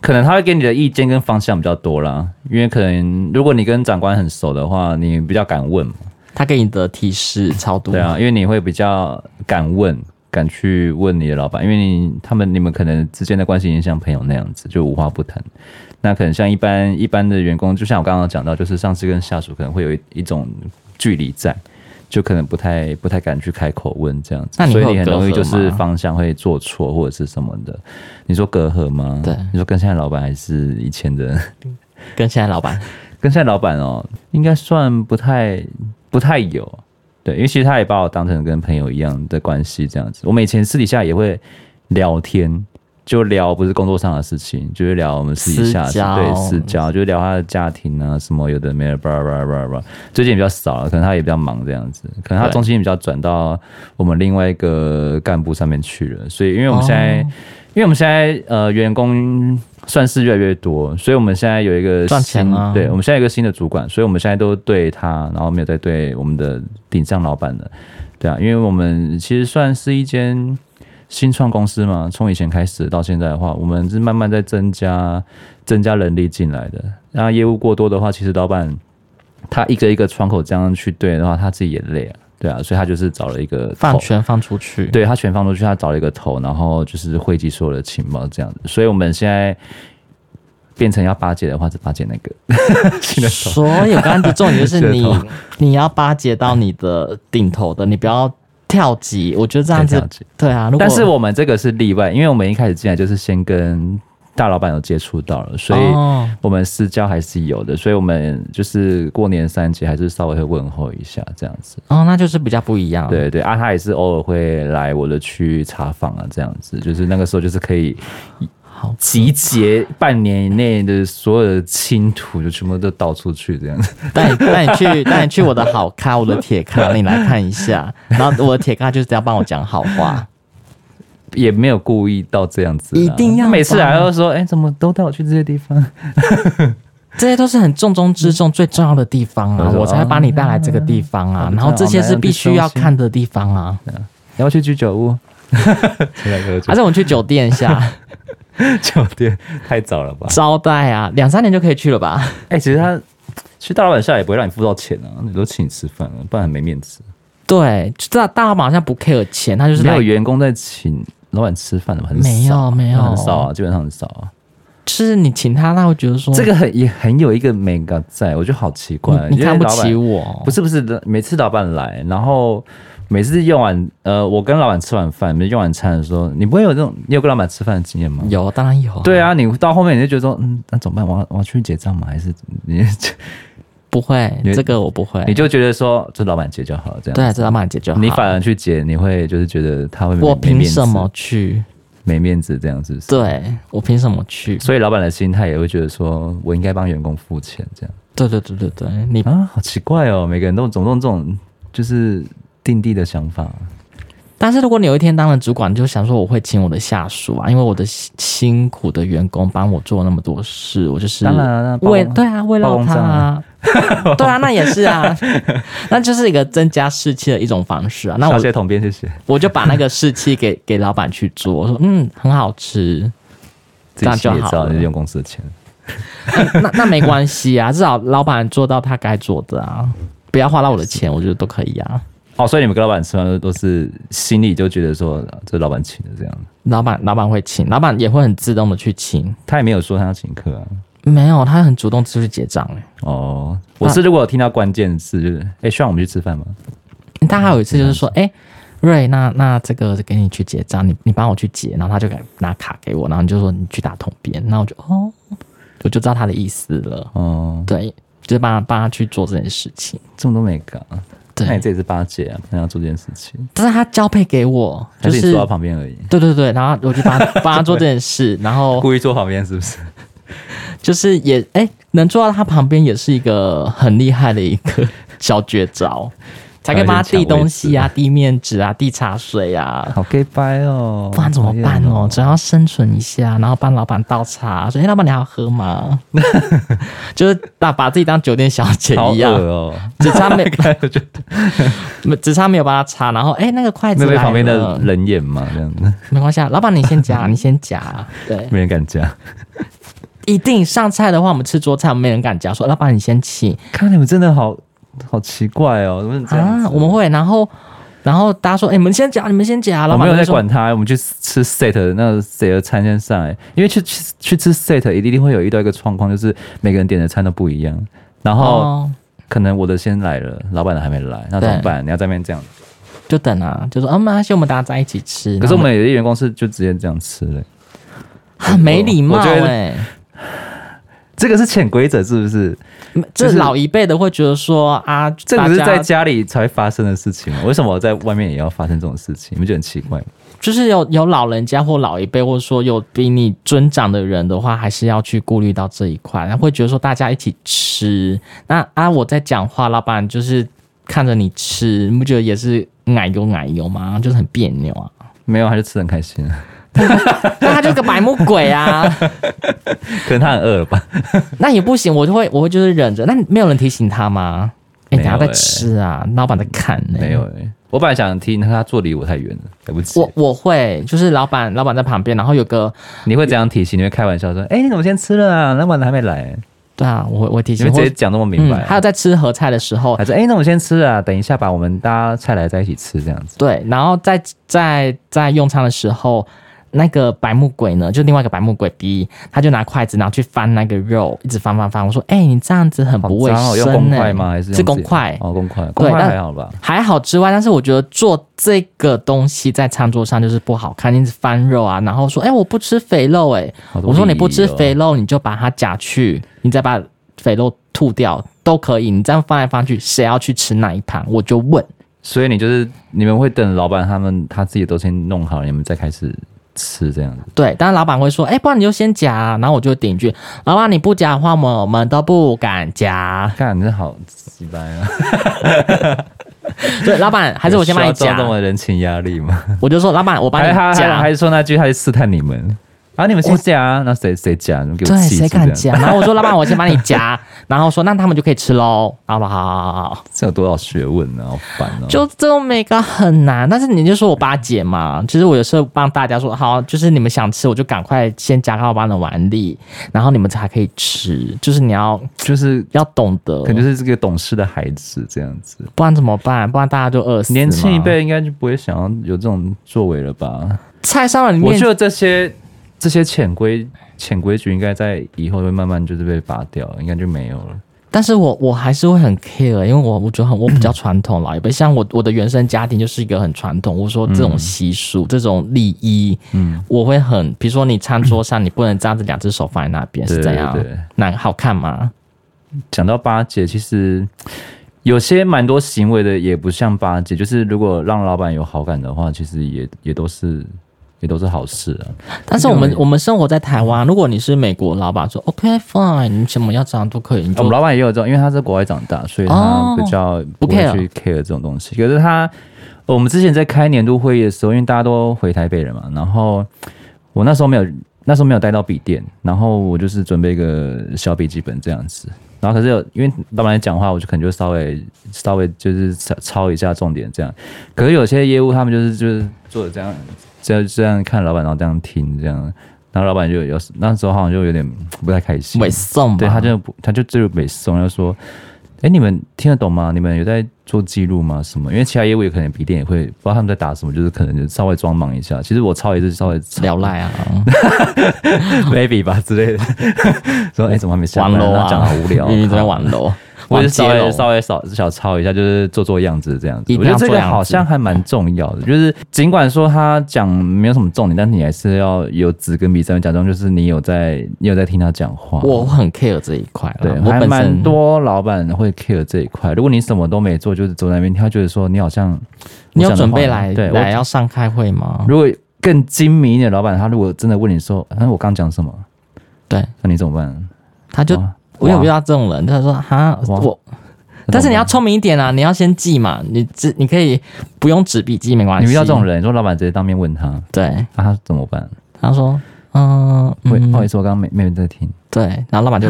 S2: 可能他会给你的意见跟方向比较多啦，因为可能如果你跟长官很熟的话，你比较敢问嘛，
S1: 他给你的提示超多。
S2: 对啊，因为你会比较敢问，敢去问你的老板，因为你他们你们可能之间的关系已经像朋友那样子，就无话不谈。那可能像一般一般的员工，就像我刚刚讲到，就是上司跟下属可能会有一一种距离在，就可能不太不太敢去开口问这样子，
S1: 那你会
S2: 所
S1: 有
S2: 以你很容易
S1: 隔阂
S2: 就是
S1: 吗
S2: 方向会做错或者是什么的。你说隔阂吗？
S1: 对
S2: 你说跟现在老板还是以前的，
S1: 跟现在老板，
S2: 跟现在老板哦，应该算不太不太有。对，因为其实他也把我当成跟朋友一样的关系这样子。我们以前私底下也会聊天，就聊不是工作上的事情，就是聊我们私底下的
S1: 私
S2: 事
S1: 交
S2: 对私交，就是聊他的家庭啊，什么有的没的，叭叭叭叭。最近比较少了，可能他也比较忙这样子，可能他
S1: 对
S2: 中心比较转到我们另外一个干部上面去了。所以，因为我们
S1: 哦
S2: 现在，因为我们现在呃员工算是越来越多，所以我们现在有一个
S1: 赚钱
S2: 新
S1: 啊
S2: 对，我们现在有一个新的主管，所以我们现在都对他，然后没有再对我们的顶上老板了，对啊，因为我们其实算是一间新创公司嘛，从以前开始到现在的话，我们是慢慢在增加增加人力进来的。那业务过多的话，其实老板他一个一个窗口这样去对的话，他自己也累啊，对啊，所以他就是找了一个
S1: 放
S2: 头
S1: 权放出去，
S2: 对他全放出去，他找了一个头，然后就是汇集所有的情报这样子。所以我们现在变成要巴结的话，只巴结那个新的头。
S1: 所以我刚刚的重点就
S2: 这
S1: 是
S2: 个
S1: 你
S2: 头，
S1: 你要巴结到你的顶头的，你不要跳级。我觉得这样
S2: 对跳
S1: 子
S2: 级，
S1: 对啊。如果
S2: 但是我们这个是例外，因为我们一开始进来就是先跟大老板有接触到了，所以
S1: 哦
S2: 我们私交还是有的。所以我们就是过年三节还是稍微会问候一下这样子。
S1: 哦，那就是比较不一样。
S2: 对对啊，他也是偶尔会来我的区查访啊，这样子，就是那个时候就是可以
S1: 好
S2: 集结半年以内的所有的亲土，就全部都倒出去这样子。
S1: 带你带你去带你去我的好咖，我的铁咖，你来看一下。然后我的铁咖就是要帮我讲好 话，
S2: 也没有故意到这样子啦，
S1: 一定要吧啊
S2: 每次来都说，哎、怎么都带我去这些地方？
S1: 这些都是很重中之重、最重要的地方啊
S2: 我，说
S1: 我才把你带来这个地方啊。
S2: 哦
S1: 然后这些是必须要看的地方啊。
S2: 然后去居酒屋， 出来喝酒
S1: 还是我们去酒店一下
S2: 啊酒店 太早了吧？
S1: 招待啊，两三年就可以去了吧？
S2: 哎、其实他去大老板下也不会让你付到钱啊，你都请你吃饭了，不然很没面子。
S1: 对，就大大老板好像不 care 钱，他就是
S2: 没有
S1: 来
S2: 员工在请老板吃饭的吗？很少
S1: 没有没有
S2: 很少啊，基本上很少啊。
S1: 就是你请他，他会觉得说
S2: 这个很也很有一个美感在，我觉得好奇怪啊，
S1: 你你
S2: 因为
S1: 看不
S2: 老板
S1: 起我
S2: 不，是不是，每次老板来，然后每次用完，呃，我跟老板吃完饭，没用完餐的时候，你不会有这种，你有跟老板吃饭的经验吗？
S1: 有当然有、啊，
S2: 对，啊，你到后面你就觉得说，嗯，那怎么办？我要我要去结账吗？还是 你
S1: 不会
S2: 你，
S1: 这个我不会
S2: 你，就觉得说，这老板结就好了，这样。
S1: 对，这老板解决好。
S2: 你反而去结，你会就是觉得他会没
S1: 我
S2: 没
S1: 凭
S2: 面子
S1: 什么去？
S2: 没面子这样子？
S1: 对我凭什么去？
S2: 所以老板的心态也会觉得说，我应该帮员工付钱这样
S1: 对对对对对，你
S2: 啊，好奇怪哦，每个人都总共这种就是定地的想法，
S1: 但是如果你有一天当了主管，你就想说我会请我的下属啊，因为我的辛辛苦的员工帮我做那么多事，我就是
S2: 当然啊那包
S1: 为对啊，为
S2: 包
S1: 了
S2: 公
S1: 他
S2: 账啊
S1: 啊， 对啊，那也是啊，那就是一个增加士气的一种方式啊。那
S2: 小
S1: 我
S2: 谢统编，谢谢。
S1: 我就把那个士气给给老板去做，我说嗯，很好吃，
S2: 自
S1: 这样
S2: 己
S1: 就
S2: 也
S1: 好
S2: 知道
S1: 了
S2: 你用公司的钱，
S1: 那那没关系啊，至少老板做到他该做的啊，不要花到我的钱，我觉得都可以啊。
S2: 哦，所以你们跟老板吃饭都都是心里就觉得说啊这老板请的这样，
S1: 老板老板会请，老板也会很自动的去请，
S2: 他也没有说他要请客啊。
S1: 没有，他很主动出去结账、欸
S2: 哦，我是如果有听到关键字就是，哎、希望我们去吃饭吗？
S1: 但还有一次就是说，哎、瑞，那那这个给你去结账，你你帮我去结，然后他就给拿卡给我，然后你就说你去打桶边，然后我就哦，我就知道他的意思了，
S2: 哦，
S1: 对，就是帮他帮他去做这件事情，
S2: 这么多美感啊，那
S1: 对
S2: 你，这也是巴结啊，那要做这件事情，
S1: 但是他交配给我，就
S2: 还是你啊
S1: 是
S2: 坐到旁边而已，
S1: 对对对，然后我就帮他帮他做这件事， 然后
S2: 故意坐旁边是不是？
S1: 哦就是也哎、能坐到他旁边也是一个很厉害的一个小绝 招。才可以帮他递东西啊，递面纸啊， 递茶水啊，
S2: 好 gay 掰哦，
S1: 不然怎么办
S2: 讨厌
S1: 哦？只要生存一下，然后帮老板倒茶，说：“哎、老板你还要喝 吗？”就是把把自己当酒店小姐
S2: 好
S1: 一
S2: 恶
S1: 样，
S2: 哦，
S1: 只差 没
S2: 我觉得
S1: 没只差没有帮他擦，然后哎、那个筷子
S2: 那被
S1: 来
S2: 旁边的
S1: 了，
S2: 人演嘛，这样子
S1: 没关系啊，老板你先 夹，你先夹，对，
S2: 没人敢讲。
S1: 一定上菜的话，我们吃桌菜，我们没人敢夹，说老板你先请
S2: 看你们真的好好奇怪哦，怎么这样子？
S1: 啊，我们会，然后然后大家说：“哎、你们先夹，你们先啊夹。”老
S2: 我
S1: 板
S2: 没有
S1: 就
S2: 在
S1: 说
S2: 管他，我们去吃 set 的那个谁的餐先上来，因为去去去吃 set 一定会有遇到一个状况，就是每个人点的餐都不一样，然后
S1: 哦，
S2: 可能我的先来了，老板的还没来，那怎么办？你要在那边这样，
S1: 就等啊，就说啊，没关系，我们大家在一起吃。
S2: 可
S1: 然
S2: 是我
S1: 后
S2: 们有些员工是就直接这样吃的，
S1: 很没礼貌
S2: 我觉
S1: 哎、
S2: 得这个是潜规则是不是？
S1: 这
S2: 就是
S1: 老一辈的会觉得说啊，
S2: 这
S1: 大
S2: 不是
S1: 家
S2: 在家里才会发生的事情吗？为什么我在外面也要发生这种事情？你们觉得很奇怪吗？
S1: 就是有有老人家或老一辈，或者说有比你尊长的人的话，还是要去顾虑到这一块，然后会觉得说大家一起吃，那啊我在讲话，老板就是看着你吃，你不觉得也是奶油奶油吗？就是很别扭 啊。
S2: 没有，他就吃得很开心，啊
S1: 那他就是个白目鬼啊，
S2: 可能他很饿了吧？
S1: 那也不行，我就会我会就是忍着。那没有人提醒他吗？哎、
S2: 没有
S1: 等下再
S2: 欸
S1: 吃啊，老板在看呢、
S2: 没有哎、我本来想听，但他坐离我太远了，来不及。
S1: 我我会就是老板老板在旁边，然后有个
S2: 你会怎样提醒？你会开玩笑说：“哎、你怎么先吃了啊？那晚还没来。
S1: 对啊，我会我会提”
S2: 你
S1: 醒，
S2: 会直
S1: 或
S2: 接讲那么明白、
S1: 嗯。还有在吃合菜的时候，
S2: 还是哎、那我们先吃了啊，等一下吧，我们大家菜来在一起吃这样子。
S1: 对，然后在在在用餐的时候，那个白目鬼呢，就另外一个白目鬼 B，他就拿筷子然后去翻那个肉，一直翻翻翻。我说：“哎、你这样子很
S2: 好
S1: 不卫
S2: 脏哦，用公
S1: 生呢、欸
S2: 筷吗？还是用
S1: 是公
S2: 自己
S1: 筷
S2: 哦，公筷，公筷
S1: 但
S2: 还好吧？
S1: 还好之外，但是我觉得做这个东西在餐桌上就是不好看，一直翻肉啊，然后说：“哎、我不吃肥肉、哎，
S2: 好多
S1: 我说你
S2: 礼仪
S1: 不吃
S2: 哦
S1: 肥肉，你就把它夹去，你再把肥肉吐掉都可以。你这样翻来翻去，谁要去吃那一盘？我就问。”
S2: 所以你就是你们会等老板他们他自己都先弄好，你们再开始吃这样子。
S1: 对，当然老板会说，哎、不然你就先夹、然后我就会顶一句，老板你不夹的话，我们我们都不敢夹。
S2: 看，你这好鸡掰啊！
S1: 对，老板还是我先帮你
S2: 有需要
S1: 夹
S2: 遭，这么人情压力吗？
S1: 我就说老板我帮
S2: 还
S1: 你
S2: 还还
S1: 夹。啊
S2: 还是说那句，他是试探你们啊？你们先夹啊，那谁谁夹？你们给我
S1: 对，
S2: 气
S1: 谁
S2: 是这样
S1: 敢夹？然后我说老板，我先帮你 夹，然后说那他们就可以吃喽。好吧，好好好好好，
S2: 这有多少学问呢、啊？好烦哦、
S1: 就这种美感很难。但是你就说我巴结嘛，其实我有时候帮大家说，好，就是你们想吃，我就赶快先夹到老板的碗里，然后你们才可以吃。就是你要
S2: 就是
S1: 要懂得，
S2: 可能就是这个懂事的孩子这样子。
S1: 不然怎么办？不然大家就饿死嘛。
S2: 年轻一辈应该就不会想要有这种作为了吧？
S1: 菜商人里
S2: 我
S1: 面
S2: 觉得这些这些潜规潜规矩应该在以后会慢慢就是被拔掉，应该就没有了。
S1: 但是我我还是会很 care，因为我
S2: 嗯
S1: 我觉得很我比较传统 啦，也不像我我的原生家庭就是一个很传统。我说这
S2: 嗯
S1: 种习俗、这种礼仪，嗯，我会很，比如说你餐桌上你不能这样子两只手放在那边，是
S2: 对
S1: 怎样
S2: 对对？
S1: 难好看吗？
S2: 讲到巴结，其实有些蛮多行为的也不像巴结，就是如果让老板有好感的话，其实也也都是也都是好事啊。
S1: 但是我们
S2: 有
S1: 我们生活在台湾，如果你是美国老板说 OK fine，你什么要这样都可以，你
S2: 我
S1: 就
S2: 们老板也有这种，因为他在国外长大，所以他
S1: 哦
S2: 比较
S1: 不
S2: 会
S1: care
S2: 去 care 这种东西。可是他，我们之前在开年度会议的时候，因为大家都回台北了嘛，然后我那时候没有，那时候没有带到笔电，然后我就是准备一个小笔记本这样子，然后可是有，因为老板来讲话，我就可能就稍微稍微就是抄抄一下重点这样。可是有些业务他们就是就是做的这样，这样这样看老板，然后这样听这样，然后老板就有那时候好像就有点不太开心，
S1: 尾送吧，
S2: 对，他就不他就就是北松，就说：“哎、你们听得懂吗？你们有在做记录吗？什么？因为其他业务也可能笔电也会，不知道他们在打什么，就是可能就稍微装忙一下。其实我抄也是稍微抄
S1: 聊赖啊，
S2: maybe 吧之类的，说哎、诶怎么还没下
S1: 玩
S2: 班？
S1: 楼
S2: 然
S1: 啊，
S2: 后讲得好无聊，
S1: 因为这边玩楼，
S2: 我
S1: 玩
S2: 就稍
S1: 接
S2: 微
S1: 楼，
S2: 稍微少小抄一下，就是做做样子这样子。
S1: 一
S2: 我
S1: 定
S2: 觉
S1: 要
S2: 得这
S1: 做
S2: 个
S1: 样子
S2: 好像还蛮重要的，就是尽管说他讲没有什么重点，但是你还是要有纸跟笔在那边假装就是你有在你有在听他讲话。
S1: 我很 care 这一块啦，
S2: 对，
S1: 啊我
S2: 还
S1: 本
S2: 蛮
S1: 身
S2: 多老板会 care 这一块。如果你什么都没做，就是走在那边，他觉得说你好像
S1: 哦你有
S2: 我讲的
S1: 准备
S2: 话
S1: 来
S2: 对
S1: 来
S2: 我。
S1: 要上开会吗？
S2: 如果更精明一点，老板他如果真的问你说，啊，我刚讲什么，
S1: 对，
S2: 那你怎么办？哦
S1: 他就
S2: 哇
S1: 我有
S2: 哇
S1: 遇到这种人，他说哈
S2: 哇
S1: 我，但是你要聪明一点啊，你要先记嘛，你只你可以不用纸笔记没关系。
S2: 你遇到这种人，你说老板直接当面问他，
S1: 对，
S2: 啊，他怎么办？
S1: 他说嗯
S2: 会
S1: 嗯
S2: 不好意思，我刚刚没没有在听。
S1: 对，然后老板就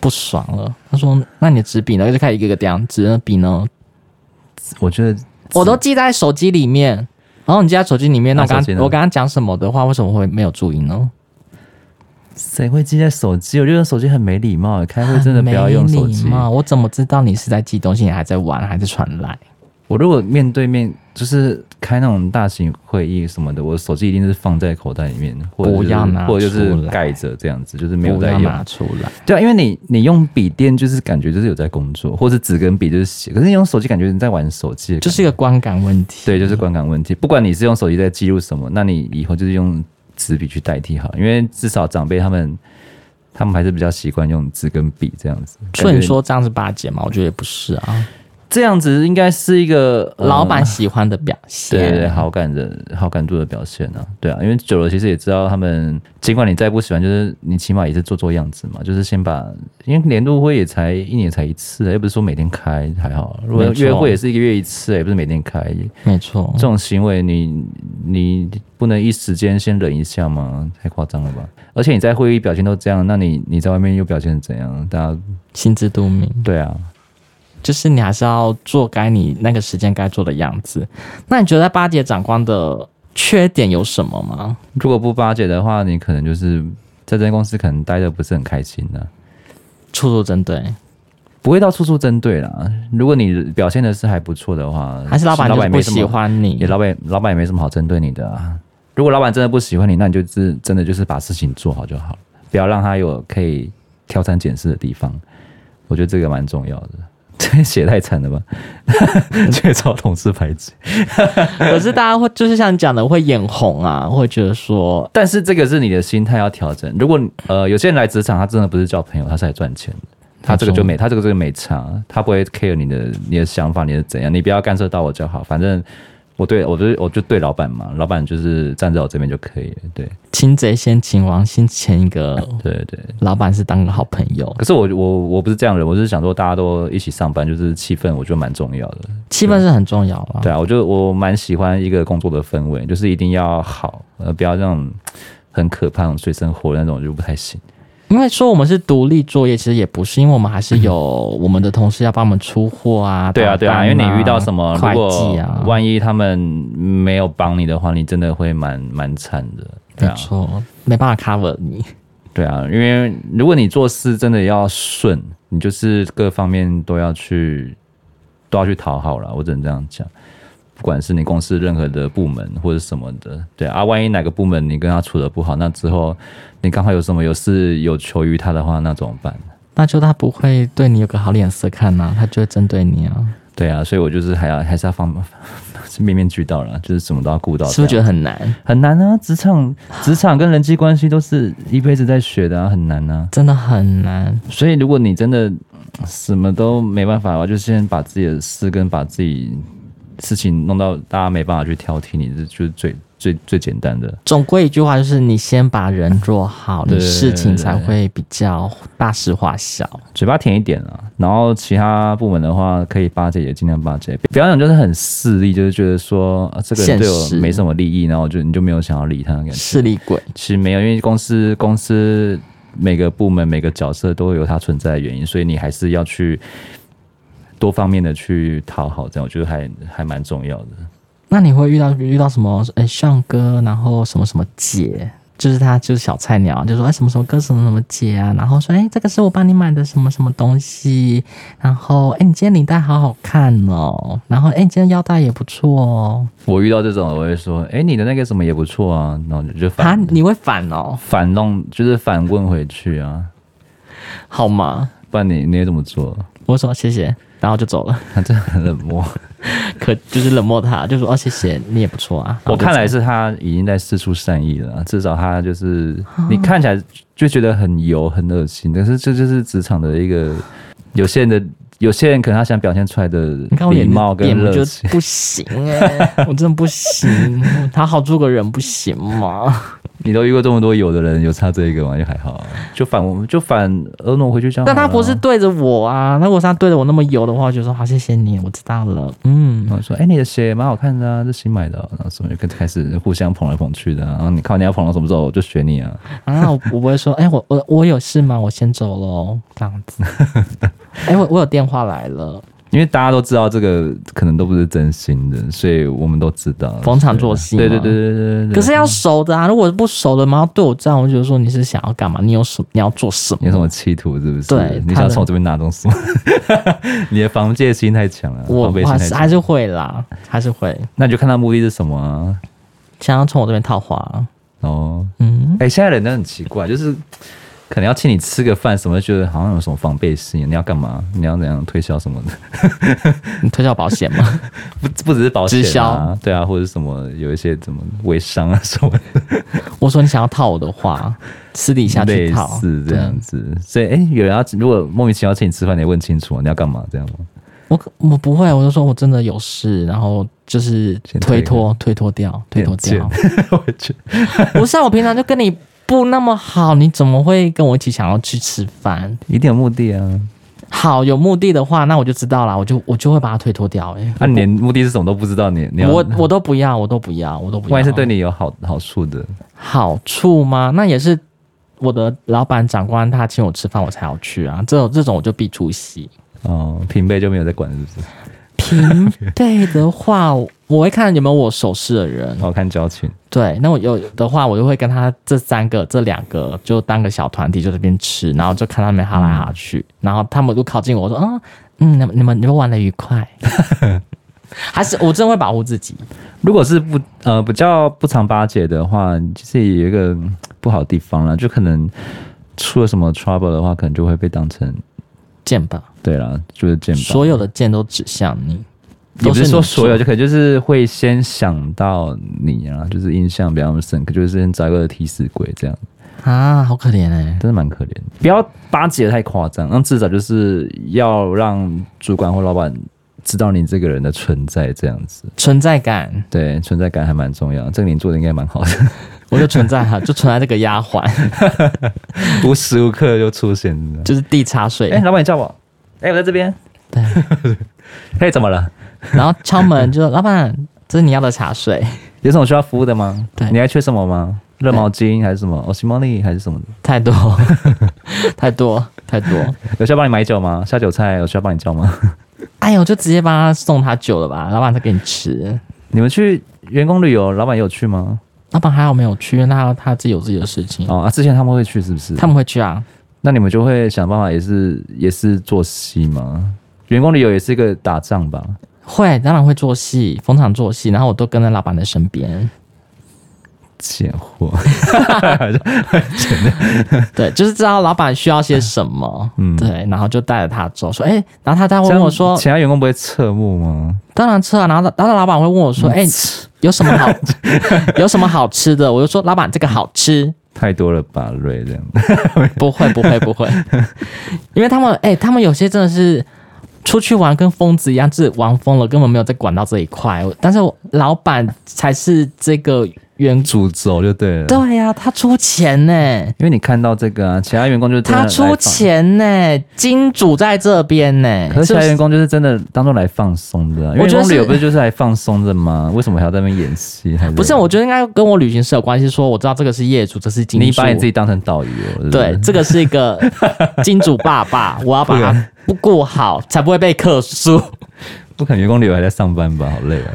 S1: 不爽了，他说那你的纸笔呢？就开始一个一个点，纸呢笔呢，
S2: 我觉得
S1: 我都记在手机里面，然后你记在手机里面，那我
S2: 那手
S1: 刚
S2: 机呢
S1: 我刚刚讲什么的话，为什么会没有注意呢？
S2: 谁会记在手机？我觉得手机很没礼貌，开会真的不要用手机
S1: 没礼。貌我怎么知道你是在记东西，你还在玩，还在传来？
S2: 我如果面对面就是开那种大型会议什么的，我手机一定是放在口袋里面，或者、就是、
S1: 不要拿
S2: 或者就
S1: 出
S2: 是
S1: 来
S2: 盖着这样子，就是没有
S1: 不
S2: 在
S1: 要
S2: 用。
S1: 拿出来。
S2: 对啊，因为你你用笔电就是感觉就是有在工作，或是纸跟笔就是写，可是你用手机感觉你在玩手机的感觉，
S1: 就是一个观感问题。
S2: 对，就是观感问题。不管你是用手机在记录什么，那你以后就是用纸笔去代替好了，因为至少长辈他们他们还是比较习惯用纸跟笔这样子。
S1: 所以
S2: 感
S1: 你
S2: 觉
S1: 说这样是巴结吗？我觉得也不是啊，
S2: 这样子应该是一个、呃
S1: 老板喜欢的表现。
S2: 对对对，好感的好感度的表现啊，对啊，因为久了其实也知道他们，尽管你再不喜欢，就是你起码也是做做样子嘛，就是先把，因为年度会也才一年才一次，又不是说每天开还好，如果
S1: 没错
S2: 约会也是一个月一次，也不是每天开，
S1: 没错
S2: 这。种行为你你不能一时间先忍一下吗？太夸张了吧！而且你在会议表现都这样，那你你在外面又表现得怎样？大家
S1: 心知肚明，
S2: 对啊，
S1: 就是你还是要做该你那个时间该做的样子。那你觉得巴结长官的缺点有什么吗？
S2: 如果不巴结的话，你可能就是在这间公司可能待的不是很开心啊的、
S1: 处处针对，
S2: 嗯不会到处处针对啦。如果你表现的是还不错的话，
S1: 还是老板
S2: 老
S1: 就
S2: 板
S1: 是
S2: 也没
S1: 不
S2: 什么
S1: 喜，欢
S2: 也
S1: 你？
S2: 老板老板也没什么好针对你的啊。如果老板真的不喜欢你，那你就是真的就是把事情做好就好了，不要让他有可以挑三拣四的地方。我觉得这个蛮重要的。 这写太惨了吧？ 却遭同事排挤。
S1: 可是大家会就是像你讲的会眼红啊，会觉得说
S2: 但是这个是你的心态要调整。如果你呃有些人来职场，他真的不是交朋友，他是来赚钱的。他这个就没，他这个这个没差，他不会 care 你的你的想法，你的怎样，你不要干涉到我就好。反正我对我就我就对老板嘛，老板就是站在我这边就可以了。对
S1: 擒贼先擒王，先前一个
S2: 对对。
S1: 老板是当个好朋友，
S2: 可是我我我不是这样的人，我是想说大家都一起上班，就是气氛我觉得蛮重要的。
S1: 气氛是很重要啊。
S2: 对啊，我就我蛮喜欢一个工作的氛围，就是一定要好，呃，不要那种很可怕、很水深火热那种就不太行。
S1: 因为说我们是独立作业，其实也不是，因为我们还是 有我们的同事要帮我们出货啊。
S2: 对啊，
S1: 打
S2: 对
S1: 单
S2: 啊，因为你遇到什么，
S1: 会
S2: 如
S1: 计
S2: 果
S1: 啊，
S2: 万一他们没有帮你的话，你真的会蛮蛮惨的。对
S1: 没
S2: 啊，
S1: 错，没办法 cover 你。
S2: 对啊，因为如果你做事真的要顺，你就是各方面都要去都要去讨好了。我只能这样讲，不管是你公司任何的部门或者什么的，对啊，万一哪个部门你跟他处的不好，那之后你刚好有什么有事有求于他的话，那怎么办？
S1: 那就他不会对你有个好脸色看呐、他就会针对你啊，
S2: 对啊，所以我就是还要还是要方是 面面俱到了，就是什么都要顾到这样。
S1: 是不是觉得很难？
S2: 很难啊，职场职场跟人际关系都是一辈子在学的啊，很难啊。
S1: 真的很难，
S2: 所以如果你真的嗯什么都没办法的话，就先把自己的事跟把自己事情弄到大家没办法去挑剔你，这就是最最最简单的。
S1: 总归一句话就是，你先把人做好，
S2: 对
S1: 你事情才会比较大事化小。
S2: 嘴巴甜一点啊，然后其他部门的话可以巴结也尽量巴结，不要那种就是很势利，就是觉得说、啊、这个人对
S1: 现实
S2: 我没什么利益，然后我就你就没有想要理他的感觉。
S1: 势利鬼，
S2: 其实没有，因为公司公司每个部门每个角色都有它存在的原因，所以你还是要去多方面的去讨好，这样我觉得还还蛮重要的。
S1: 那你会遇到遇到什么？哎、像哥，然后什么什么姐，就是他就是小菜鸟，就说哎、什么什么哥什么什么姐啊，然后说哎、这个是我帮你买的什么什么东西，然后哎、你今天领带好好看哦，然后哎、你今天腰带也不错哦，
S2: 我遇到这种，我会说，哎、你的那个什么也不错啊，然后就
S1: 啊
S2: 反
S1: 你会反 哦，
S2: 反弄，就是反问回去啊，
S1: 好吗？
S2: 不然你你也怎么做？
S1: 我说谢谢，然后就走了，
S2: 他真的很冷漠。
S1: 可就是冷漠他，就说哦谢谢你也不错啊，然后
S2: 我看
S1: 就
S2: 来
S1: 走
S2: 是他已经在四处善意了啊，至少他就是
S1: 哦
S2: 你看起来就觉得很油、很恶心，但是这就是职场的一个有些人的，有些人可能他想表现出来的
S1: 你看我
S2: 礼
S1: 眼
S2: 貌跟
S1: 眼我
S2: 热
S1: 就
S2: 情。
S1: 不行哎、我真的不 行，他好做个人不行吗？
S2: 你都遇过这么多有的人，有差这一个吗？就还好啊，就反我就反婀娜回去这样好
S1: 但
S2: 了啊。
S1: 他不是对着我啊，那如果是他对着我那么油的话，我就说好，谢谢你，我知道了。嗯，
S2: 然后说：“哎、你的鞋蛮好看的啊，这新买的哦、然后什么就跟开始互相捧来捧去的、啊。然后你看你要捧到什么时候，我就选你啊。
S1: 啊，我我不会说， 哎、我我我有事吗？我先走喽，这样 子。哎、我我有电话来了，
S2: 因为大家都知道这个可能都不是真心的，所以我们都知道
S1: 逢场作戏嘛
S2: 对对对对对对。
S1: 可是要熟的啊，如果不熟的嘛，要对我这样，我就觉得说你是想要干嘛？你有什你要做什
S2: 你有
S1: 么？
S2: 什么企图是不是？
S1: 对
S2: 你
S1: 他
S2: 想
S1: 的
S2: 从我这边拿东西吗？ 你的防戒心太强了，
S1: 我
S2: 防备
S1: 我
S2: 心
S1: 还
S2: 太
S1: 是
S2: 强。
S1: 还是会啦，还是会
S2: 那你就看他目的是什么啊？
S1: 想要从我这边套话。
S2: 哦，
S1: 嗯，
S2: 哎、现在人都很奇怪，就是可能要请你吃个饭什么，就觉得好像有什么防备心。你要干嘛？你要怎样推销什么的？
S1: 你推销保险吗？
S2: 不不只是保险、啊、
S1: 直销
S2: 对啊，或者什么有一些怎么微商啊什么 的
S1: 我说你想要套我的话，私底下去
S2: 类
S1: 套，
S2: 似这
S1: 对
S2: 样子。所以，哎、有人要如果莫名其妙请你吃饭，你也问清楚、啊、你要干嘛这样吗？
S1: 我可我不会，我就说我真的有事，然后就是
S2: 先推
S1: 推脱推脱掉，推脱掉。
S2: 我觉得
S1: 不是啊，我平常就跟你不那么好，你怎么会跟我一起想要去吃饭？
S2: 一定有目的啊。
S1: 好，有目的的话，那我就知道啦，我就我就会把它推脱掉、欸。
S2: 啊，你连目的是什么都不知道，你你要
S1: 我我都不要，我都不要，我都不要。
S2: 万一是对你有好好处的，
S1: 好处吗？那也是我的老板长官他请我吃饭，我才要去啊。这种这种我就必出 席。
S2: 哦，平辈就没有在管是不是？
S1: 平辈的话，我会看有没有我熟识的人。
S2: 好看交情，
S1: 对，那我有的话，我就会跟他这三个、这两个就当个小团体，就这边吃，然后就看他们哈来哈去，然后他们就靠近我我说：“啊，嗯，你们你们你们玩的愉快。”还是我真的会保护自己，
S2: 如果是不呃比较不常巴结的话，其实也有一个嗯不好的地方啦，就可能出了什么 trouble 的话，可能就会被当成
S1: 剑吧，
S2: 对啦，就是剑拔。
S1: 所有的剑都指向你，
S2: 也不
S1: 都
S2: 是
S1: 你
S2: 说所有，
S1: 做
S2: 就可能就是会先想到你啊，就是印象比较深刻，就是先找一个替死鬼这样，
S1: 啊，好可怜哎、
S2: 真的蛮可怜的。不要巴结的太夸张，那至少就是要让主管或老板知道你这个人的存在，这样子。
S1: 存在感，
S2: 对，存在感还蛮重要。这个你做的应该蛮好的，
S1: 我就存在哈，就存在这个丫鬟，
S2: 无时无刻就出现。这样
S1: 就是递茶水，
S2: 哎、老板你叫我，哎、我在这边。
S1: 对，
S2: 嘿、怎么了？
S1: 然后敲门就说：“老板，这是你要的茶水。”
S2: 有什么需要服务的吗？
S1: 对
S2: 你还缺什么吗？热毛巾还是什么？哦，西蒙利还是什么的？
S1: 太多，太多，太多。
S2: 有需要帮你买酒吗？下酒菜有需要帮你叫吗？
S1: 哎呦，就直接帮他送他酒了吧，老板再给你吃。
S2: 你们去员工旅游，老板也有去吗？
S1: 老板还好没有去，因为他他自己有自己的事情，
S2: 哦啊，之前他们会去是不是？
S1: 他们会去啊。
S2: 那你们就会想办法，也是也是做戏吗？员工旅游也是一个打仗吧？
S1: 会，当然会做戏，逢场作戏，然后我都跟在老板的身边。
S2: 贱货，
S1: 对，就是知道老板需要些什么，
S2: 嗯
S1: 对，然后就带着他走，说，哎、然后他他会
S2: 这
S1: 问
S2: 样
S1: 我说，
S2: 其他员工不会侧目吗？
S1: 当然吃啊，然后然后老板会问我说，
S2: 嗯
S1: 哎、有什么好 有什么好吃的？我就说，老板这个好吃，
S2: 太多了吧，瑞 这样。
S1: 不会，不会，不会，因为他们，哎、他们有些真的是出去玩跟疯子一样，是玩疯了，根本没有在管到这一块。但是我老板才是这个员工。
S2: 主轴就对了。
S1: 对呀、他出钱呢、
S2: 因为你看到这个啊，其他员工就是真的
S1: 他
S2: 来
S1: 出
S2: 放，
S1: 钱呢、金主在这边呢、
S2: 可是其
S1: 不
S2: 他员工就是真的当做来放松的、啊。因
S1: 我
S2: 为
S1: 觉得
S2: 员工旅
S1: 是
S2: 游不是就是来放松的吗？为什么还要在那边演戏？还
S1: 不是，我觉得应该跟我旅行社有关系。说我知道这个是业主，这是金主，
S2: 你把你自己当成导游，是不是
S1: 对，这个是一 个金主爸爸，我要把他不顾好，才不会被克诉。
S2: 不可能员工旅游还在上班吧？好累啊！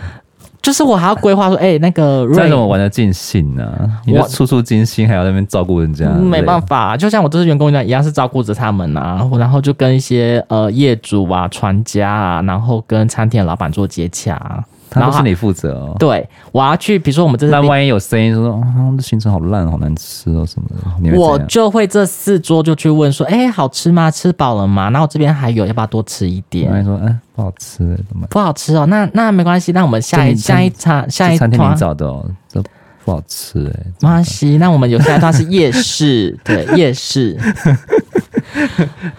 S1: 就是我还要规划说，哎、那个
S2: 这样
S1: 瑞
S2: 怎么玩的尽兴呢、啊？你就
S1: 我
S2: 处处尽兴，还要在那边照顾人家，
S1: 嗯没办
S2: 法。
S1: 法，啊就像我这些员工一样，一样是照顾着他们啊，然后就跟一些呃业主啊、船家啊，然后跟餐厅的老板做接洽、啊。
S2: 他
S1: 然
S2: 都
S1: 后
S2: 是你负责哦。
S1: 对，我要去，比如说我们这次
S2: 那万一有声音说，啊，这行程好烂，好难吃哦什么的，你会
S1: 我
S2: 怎样？
S1: 就会这四桌就去问说，哎、好吃吗？吃饱了吗？然后这边还有，要不要多吃一点？
S2: 万一说，哎，不好吃，怎么办？
S1: 不好吃哦，那那没关系，那我们下一
S2: 这
S1: 下一场下
S2: 这
S1: 一
S2: 餐厅
S1: 团
S2: 你找的哦，这不好吃哎。
S1: 没关系，那我们有下一段是夜市， 对夜市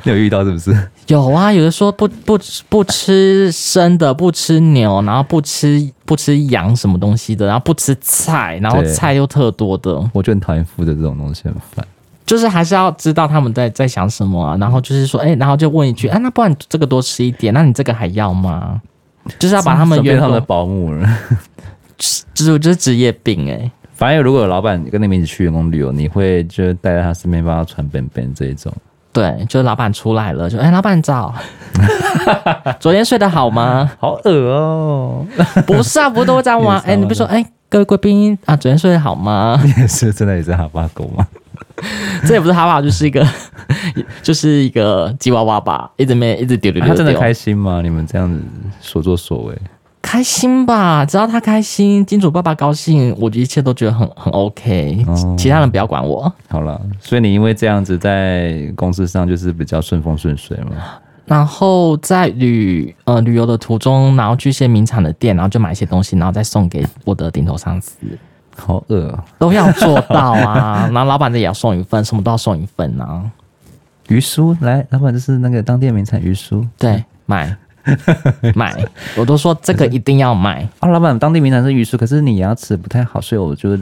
S2: 你有遇到是不是？
S1: 有啊，有的说不不不吃生的，不吃牛，然后不吃不吃羊什么东西的，然后不吃菜，然后
S2: 对
S1: 菜又特多的，
S2: 我就很讨厌负责这种东西，很烦。
S1: 就是还是要知道他们在在想什么啊，然后就是说，哎、然后就问一句，
S2: 嗯
S1: 啊，那不然这个多吃一点，那你这个还要吗？就是要把他们
S2: 怎么
S1: 员
S2: 变他们的
S1: 工，
S2: 保姆了。
S1: 就是就是职业病哎、
S2: 反正如果有老板跟你们一起去员工旅游，你会就是待在他身边帮他传本本这一种。
S1: 对，就是老板出来了，就哎、老板 早，昨天睡得好吗？
S2: 好恶哦、
S1: 不是啊，不是都会这样吗？
S2: 也是
S1: 哎、你不是说哎、各位贵宾啊，昨天睡得好吗？
S2: 你也是真的也是哈巴狗吗？
S1: 这也不是哈巴，就是一个就是一个吉娃娃吧，一直没一直丢丢
S2: 啊
S1: 丢
S2: 他真的
S1: 丢，
S2: 开心吗？你们这样子所作所为，
S1: 开心吧？只要他开心，金主爸爸高兴，我一切都觉得很很 OK，、
S2: 哦
S1: 其他人不要管我。
S2: 好了，所以你因为这样子在公司上就是比较顺风顺水嘛。
S1: 然后在旅呃旅游的途中，然后去一些名产的店，然后就买一些东西，然后再送给我的顶头上司，
S2: 好恶哦、
S1: 都要做到啊。 然后老板的也要送一份，什么都要送一份啊。
S2: 鱼酥来，老板这是那个当地名产鱼酥
S1: 对， 买买，我都说这个一定要买。
S2: 啊。老板当地名产是鱼酥，可是你牙齿不太好，所以我就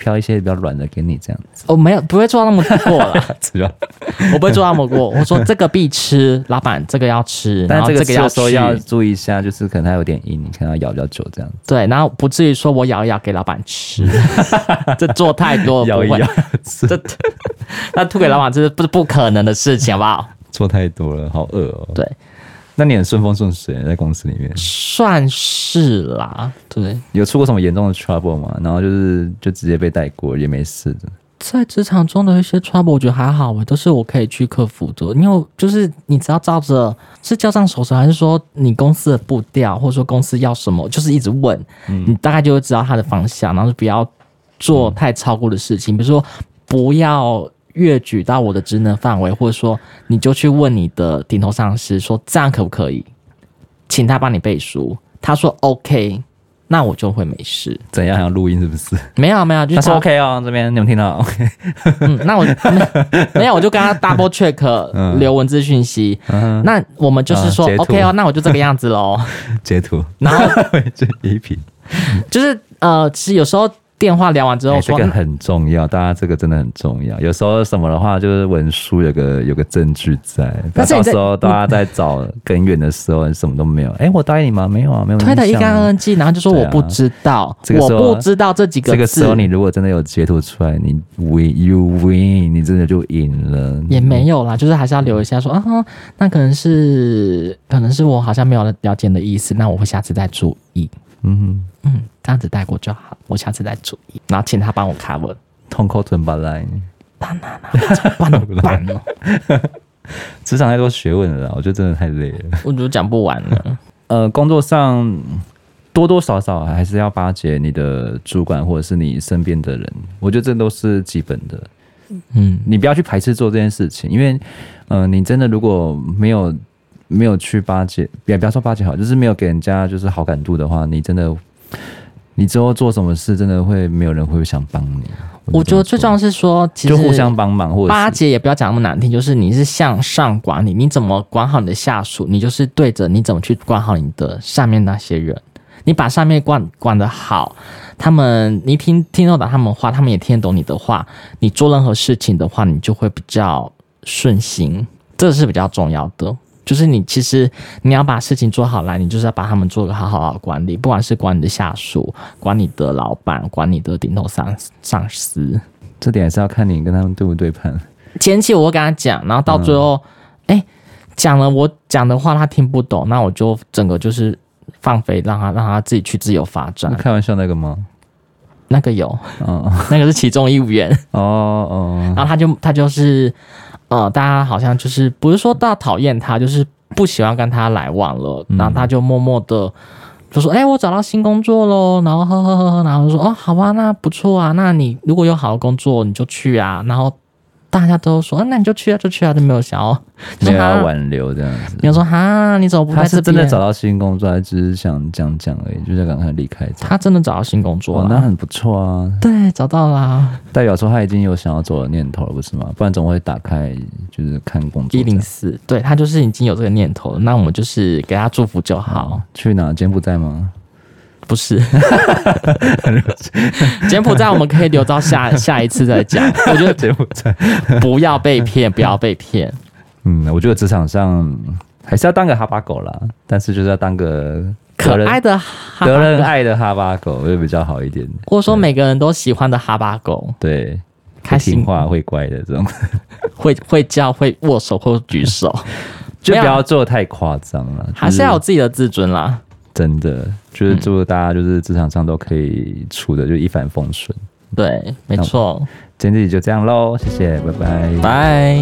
S2: 挑一些比较软的给你这样子。
S1: 哦我、没有不会做到那么过了，
S2: 是吧
S1: 我不会做到那么过。我说这个必吃，老板这个要吃，然
S2: 但
S1: 后
S2: 这个
S1: 这个要
S2: 有时候
S1: 吃，
S2: 要注意一下，就是可能它有点硬，你可能要咬比较久这样子。
S1: 对，然后不至于说我咬一咬给老板 吃，这做太多不会，
S2: 吃
S1: 这 那吐给老板这是不不可能的事情，好不好？
S2: 做太多了，好饿哦。
S1: 对，
S2: 那你很顺风顺水在公司里面，
S1: 算是啦，对，
S2: 有出过什么严重的 trouble 吗？然后就是就直接被带过，也没事的。
S1: 在职场中的一些 trouble，我觉得还好诶，都是我可以去克服的。因为我就是你只要照着是交上手册，还是说你公司的步调，或者说公司要什么，就是一直问，你大概就会知道它的方向，然后就不要做太超过的事情，比如说不要。越举到我的职能范围，或者说你就去问你的顶头上司说这样可不可以，请他帮你背书。他说 OK，那我就会没事。
S2: 怎样？还要录音是不是？
S1: 没有没有，就是
S2: 他说
S1: 照
S2: OK 哦，这边你们听到 OK，
S1: 嗯，那 我没没有，我就跟他 double check
S2: 嗯
S1: 留文字讯息。
S2: 嗯
S1: 那我们就是说、
S2: 啊截图
S1: OK 哦，那我就这个样子喽。
S2: 截 图，
S1: 然后
S2: 这一品，
S1: 就是呃，其实有时候电话聊完之后
S2: 哎这
S1: 说，
S2: 个很重要，大家这个真的很重要。有时候什么的话，就是文书有个有个证据在，不
S1: 但
S2: 要
S1: 是你在
S2: 到时候大家在找根源的时候，你什么都没有。哎，我答应你吗？没有啊，没有印象
S1: 嗯推
S2: 啊。
S1: 得一干二净，然后就说
S2: 对
S1: 我
S2: 啊
S1: 不知道，
S2: 这个
S1: 我
S2: 时候啊
S1: 不知道这几
S2: 这个
S1: 字。
S2: 时候，你如果真的有截图出来，你 win you win，你真的就赢了。
S1: 也没有啦，就是还是要留一下说啊，那可能是可能是我好像没有了解你的意思，那我会下次再注意。
S2: 嗯，
S1: 嗯，这样子带过就好，我下次再注意，然后请他帮我 cover。
S2: 痛口吞巴来，
S1: 办了办了，
S2: 职场太多学问了啦，我觉得真的太累了。
S1: 我就讲不完了。
S2: 呃，工作上多多少少还是要巴结你的主管或者是你身边的人，我觉得这都是基本的。
S1: 嗯，
S2: 你不要去排斥做这件事情，因为，呃，你真的如果没有没有去巴结，也不要说巴结好，就是没有给人家就是好感度的话，你真的，你之后做什么事真的会没有人会想帮你。
S1: 我觉得最重要是说，其实
S2: 就互相帮忙，或者
S1: 巴
S2: 是
S1: 结也不要讲那么难听，就是你是向上管理，你怎么管好你的下属，你就是对着你怎么去管好你的下面那些人。你把上面管管得好，他们你听听得懂他们话，他们也听得懂你的话，你做任何事情的话，你就会比较顺心，这是比较重要的。就是你其实你要把事情做好来，你就是要把他们做个好好的管理，不管是管你的下属、管你的老板、管你的顶头上上司。
S2: 这点还是要看你跟他们对不对盘。
S1: 前期我会跟他讲，然后到最后，哎、讲、了我讲的话他听不懂，那我就整个就是放飞，让他让他自己去自由发展
S2: 是。开玩笑那个吗？
S1: 那个有，
S2: 哦
S1: 那个是其中一员，
S2: 哦哦，
S1: 然后他就他就是，呃，大家好像就是不是说大家讨厌他，就是不喜欢跟他来往了，然后他就默默的。就说：“哎、我找到新工作喽！”然后呵呵呵呵，然后就说：“哦，好啊，那不错啊，那你如果有好的工作，你就去啊。”然后大家都说：“啊、那你就去啊，就去啊。”就没有想要，就
S2: 没
S1: 说
S2: 有要
S1: 哈
S2: 挽留这样子。
S1: 没有说：“哈，你怎么不
S2: 他
S1: 在这
S2: 是真的
S1: 边
S2: 找到新工作，还只是想讲讲而已，就是赶快离开这样。
S1: 他真的找到新工作
S2: 哇，
S1: 了，
S2: 那很不错啊，
S1: 对，找到啊啦，
S2: 代表说他已经有想要走的念头了，不是吗？不然总会打开就是看工作
S1: 一
S2: 这
S1: 零
S2: 样。
S1: 四，对他就是已经有这个念头了，那我们就是给他祝福就好。
S2: 去哪？柬埔寨吗？
S1: 不是，柬埔寨我们可以留到下 下一次再讲。我觉
S2: 柬埔寨。
S1: 得不要被骗，不要被骗。
S2: 嗯，我觉得职场上还是要当个哈巴狗啦，但是就是要当个得
S1: 可
S2: 人
S1: 爱的哈
S2: 得人
S1: 巴狗，
S2: 爱的哈巴狗会比较好一点。
S1: 或者说每个人都喜欢的哈巴狗，
S2: 对，
S1: 开
S2: 会
S1: 心啊
S2: 听话会乖的这种，
S1: 会会叫，会握手，会举 手，
S2: 就不要做太夸张了，
S1: 还是
S2: 就
S1: 要有自己的自尊啦。
S2: 真的，就是祝大家就是职场上都可以处的就一帆风顺。
S1: 对，
S2: 嗯
S1: 没错。
S2: 今天这集就这样喽，谢谢，拜拜。
S1: 拜。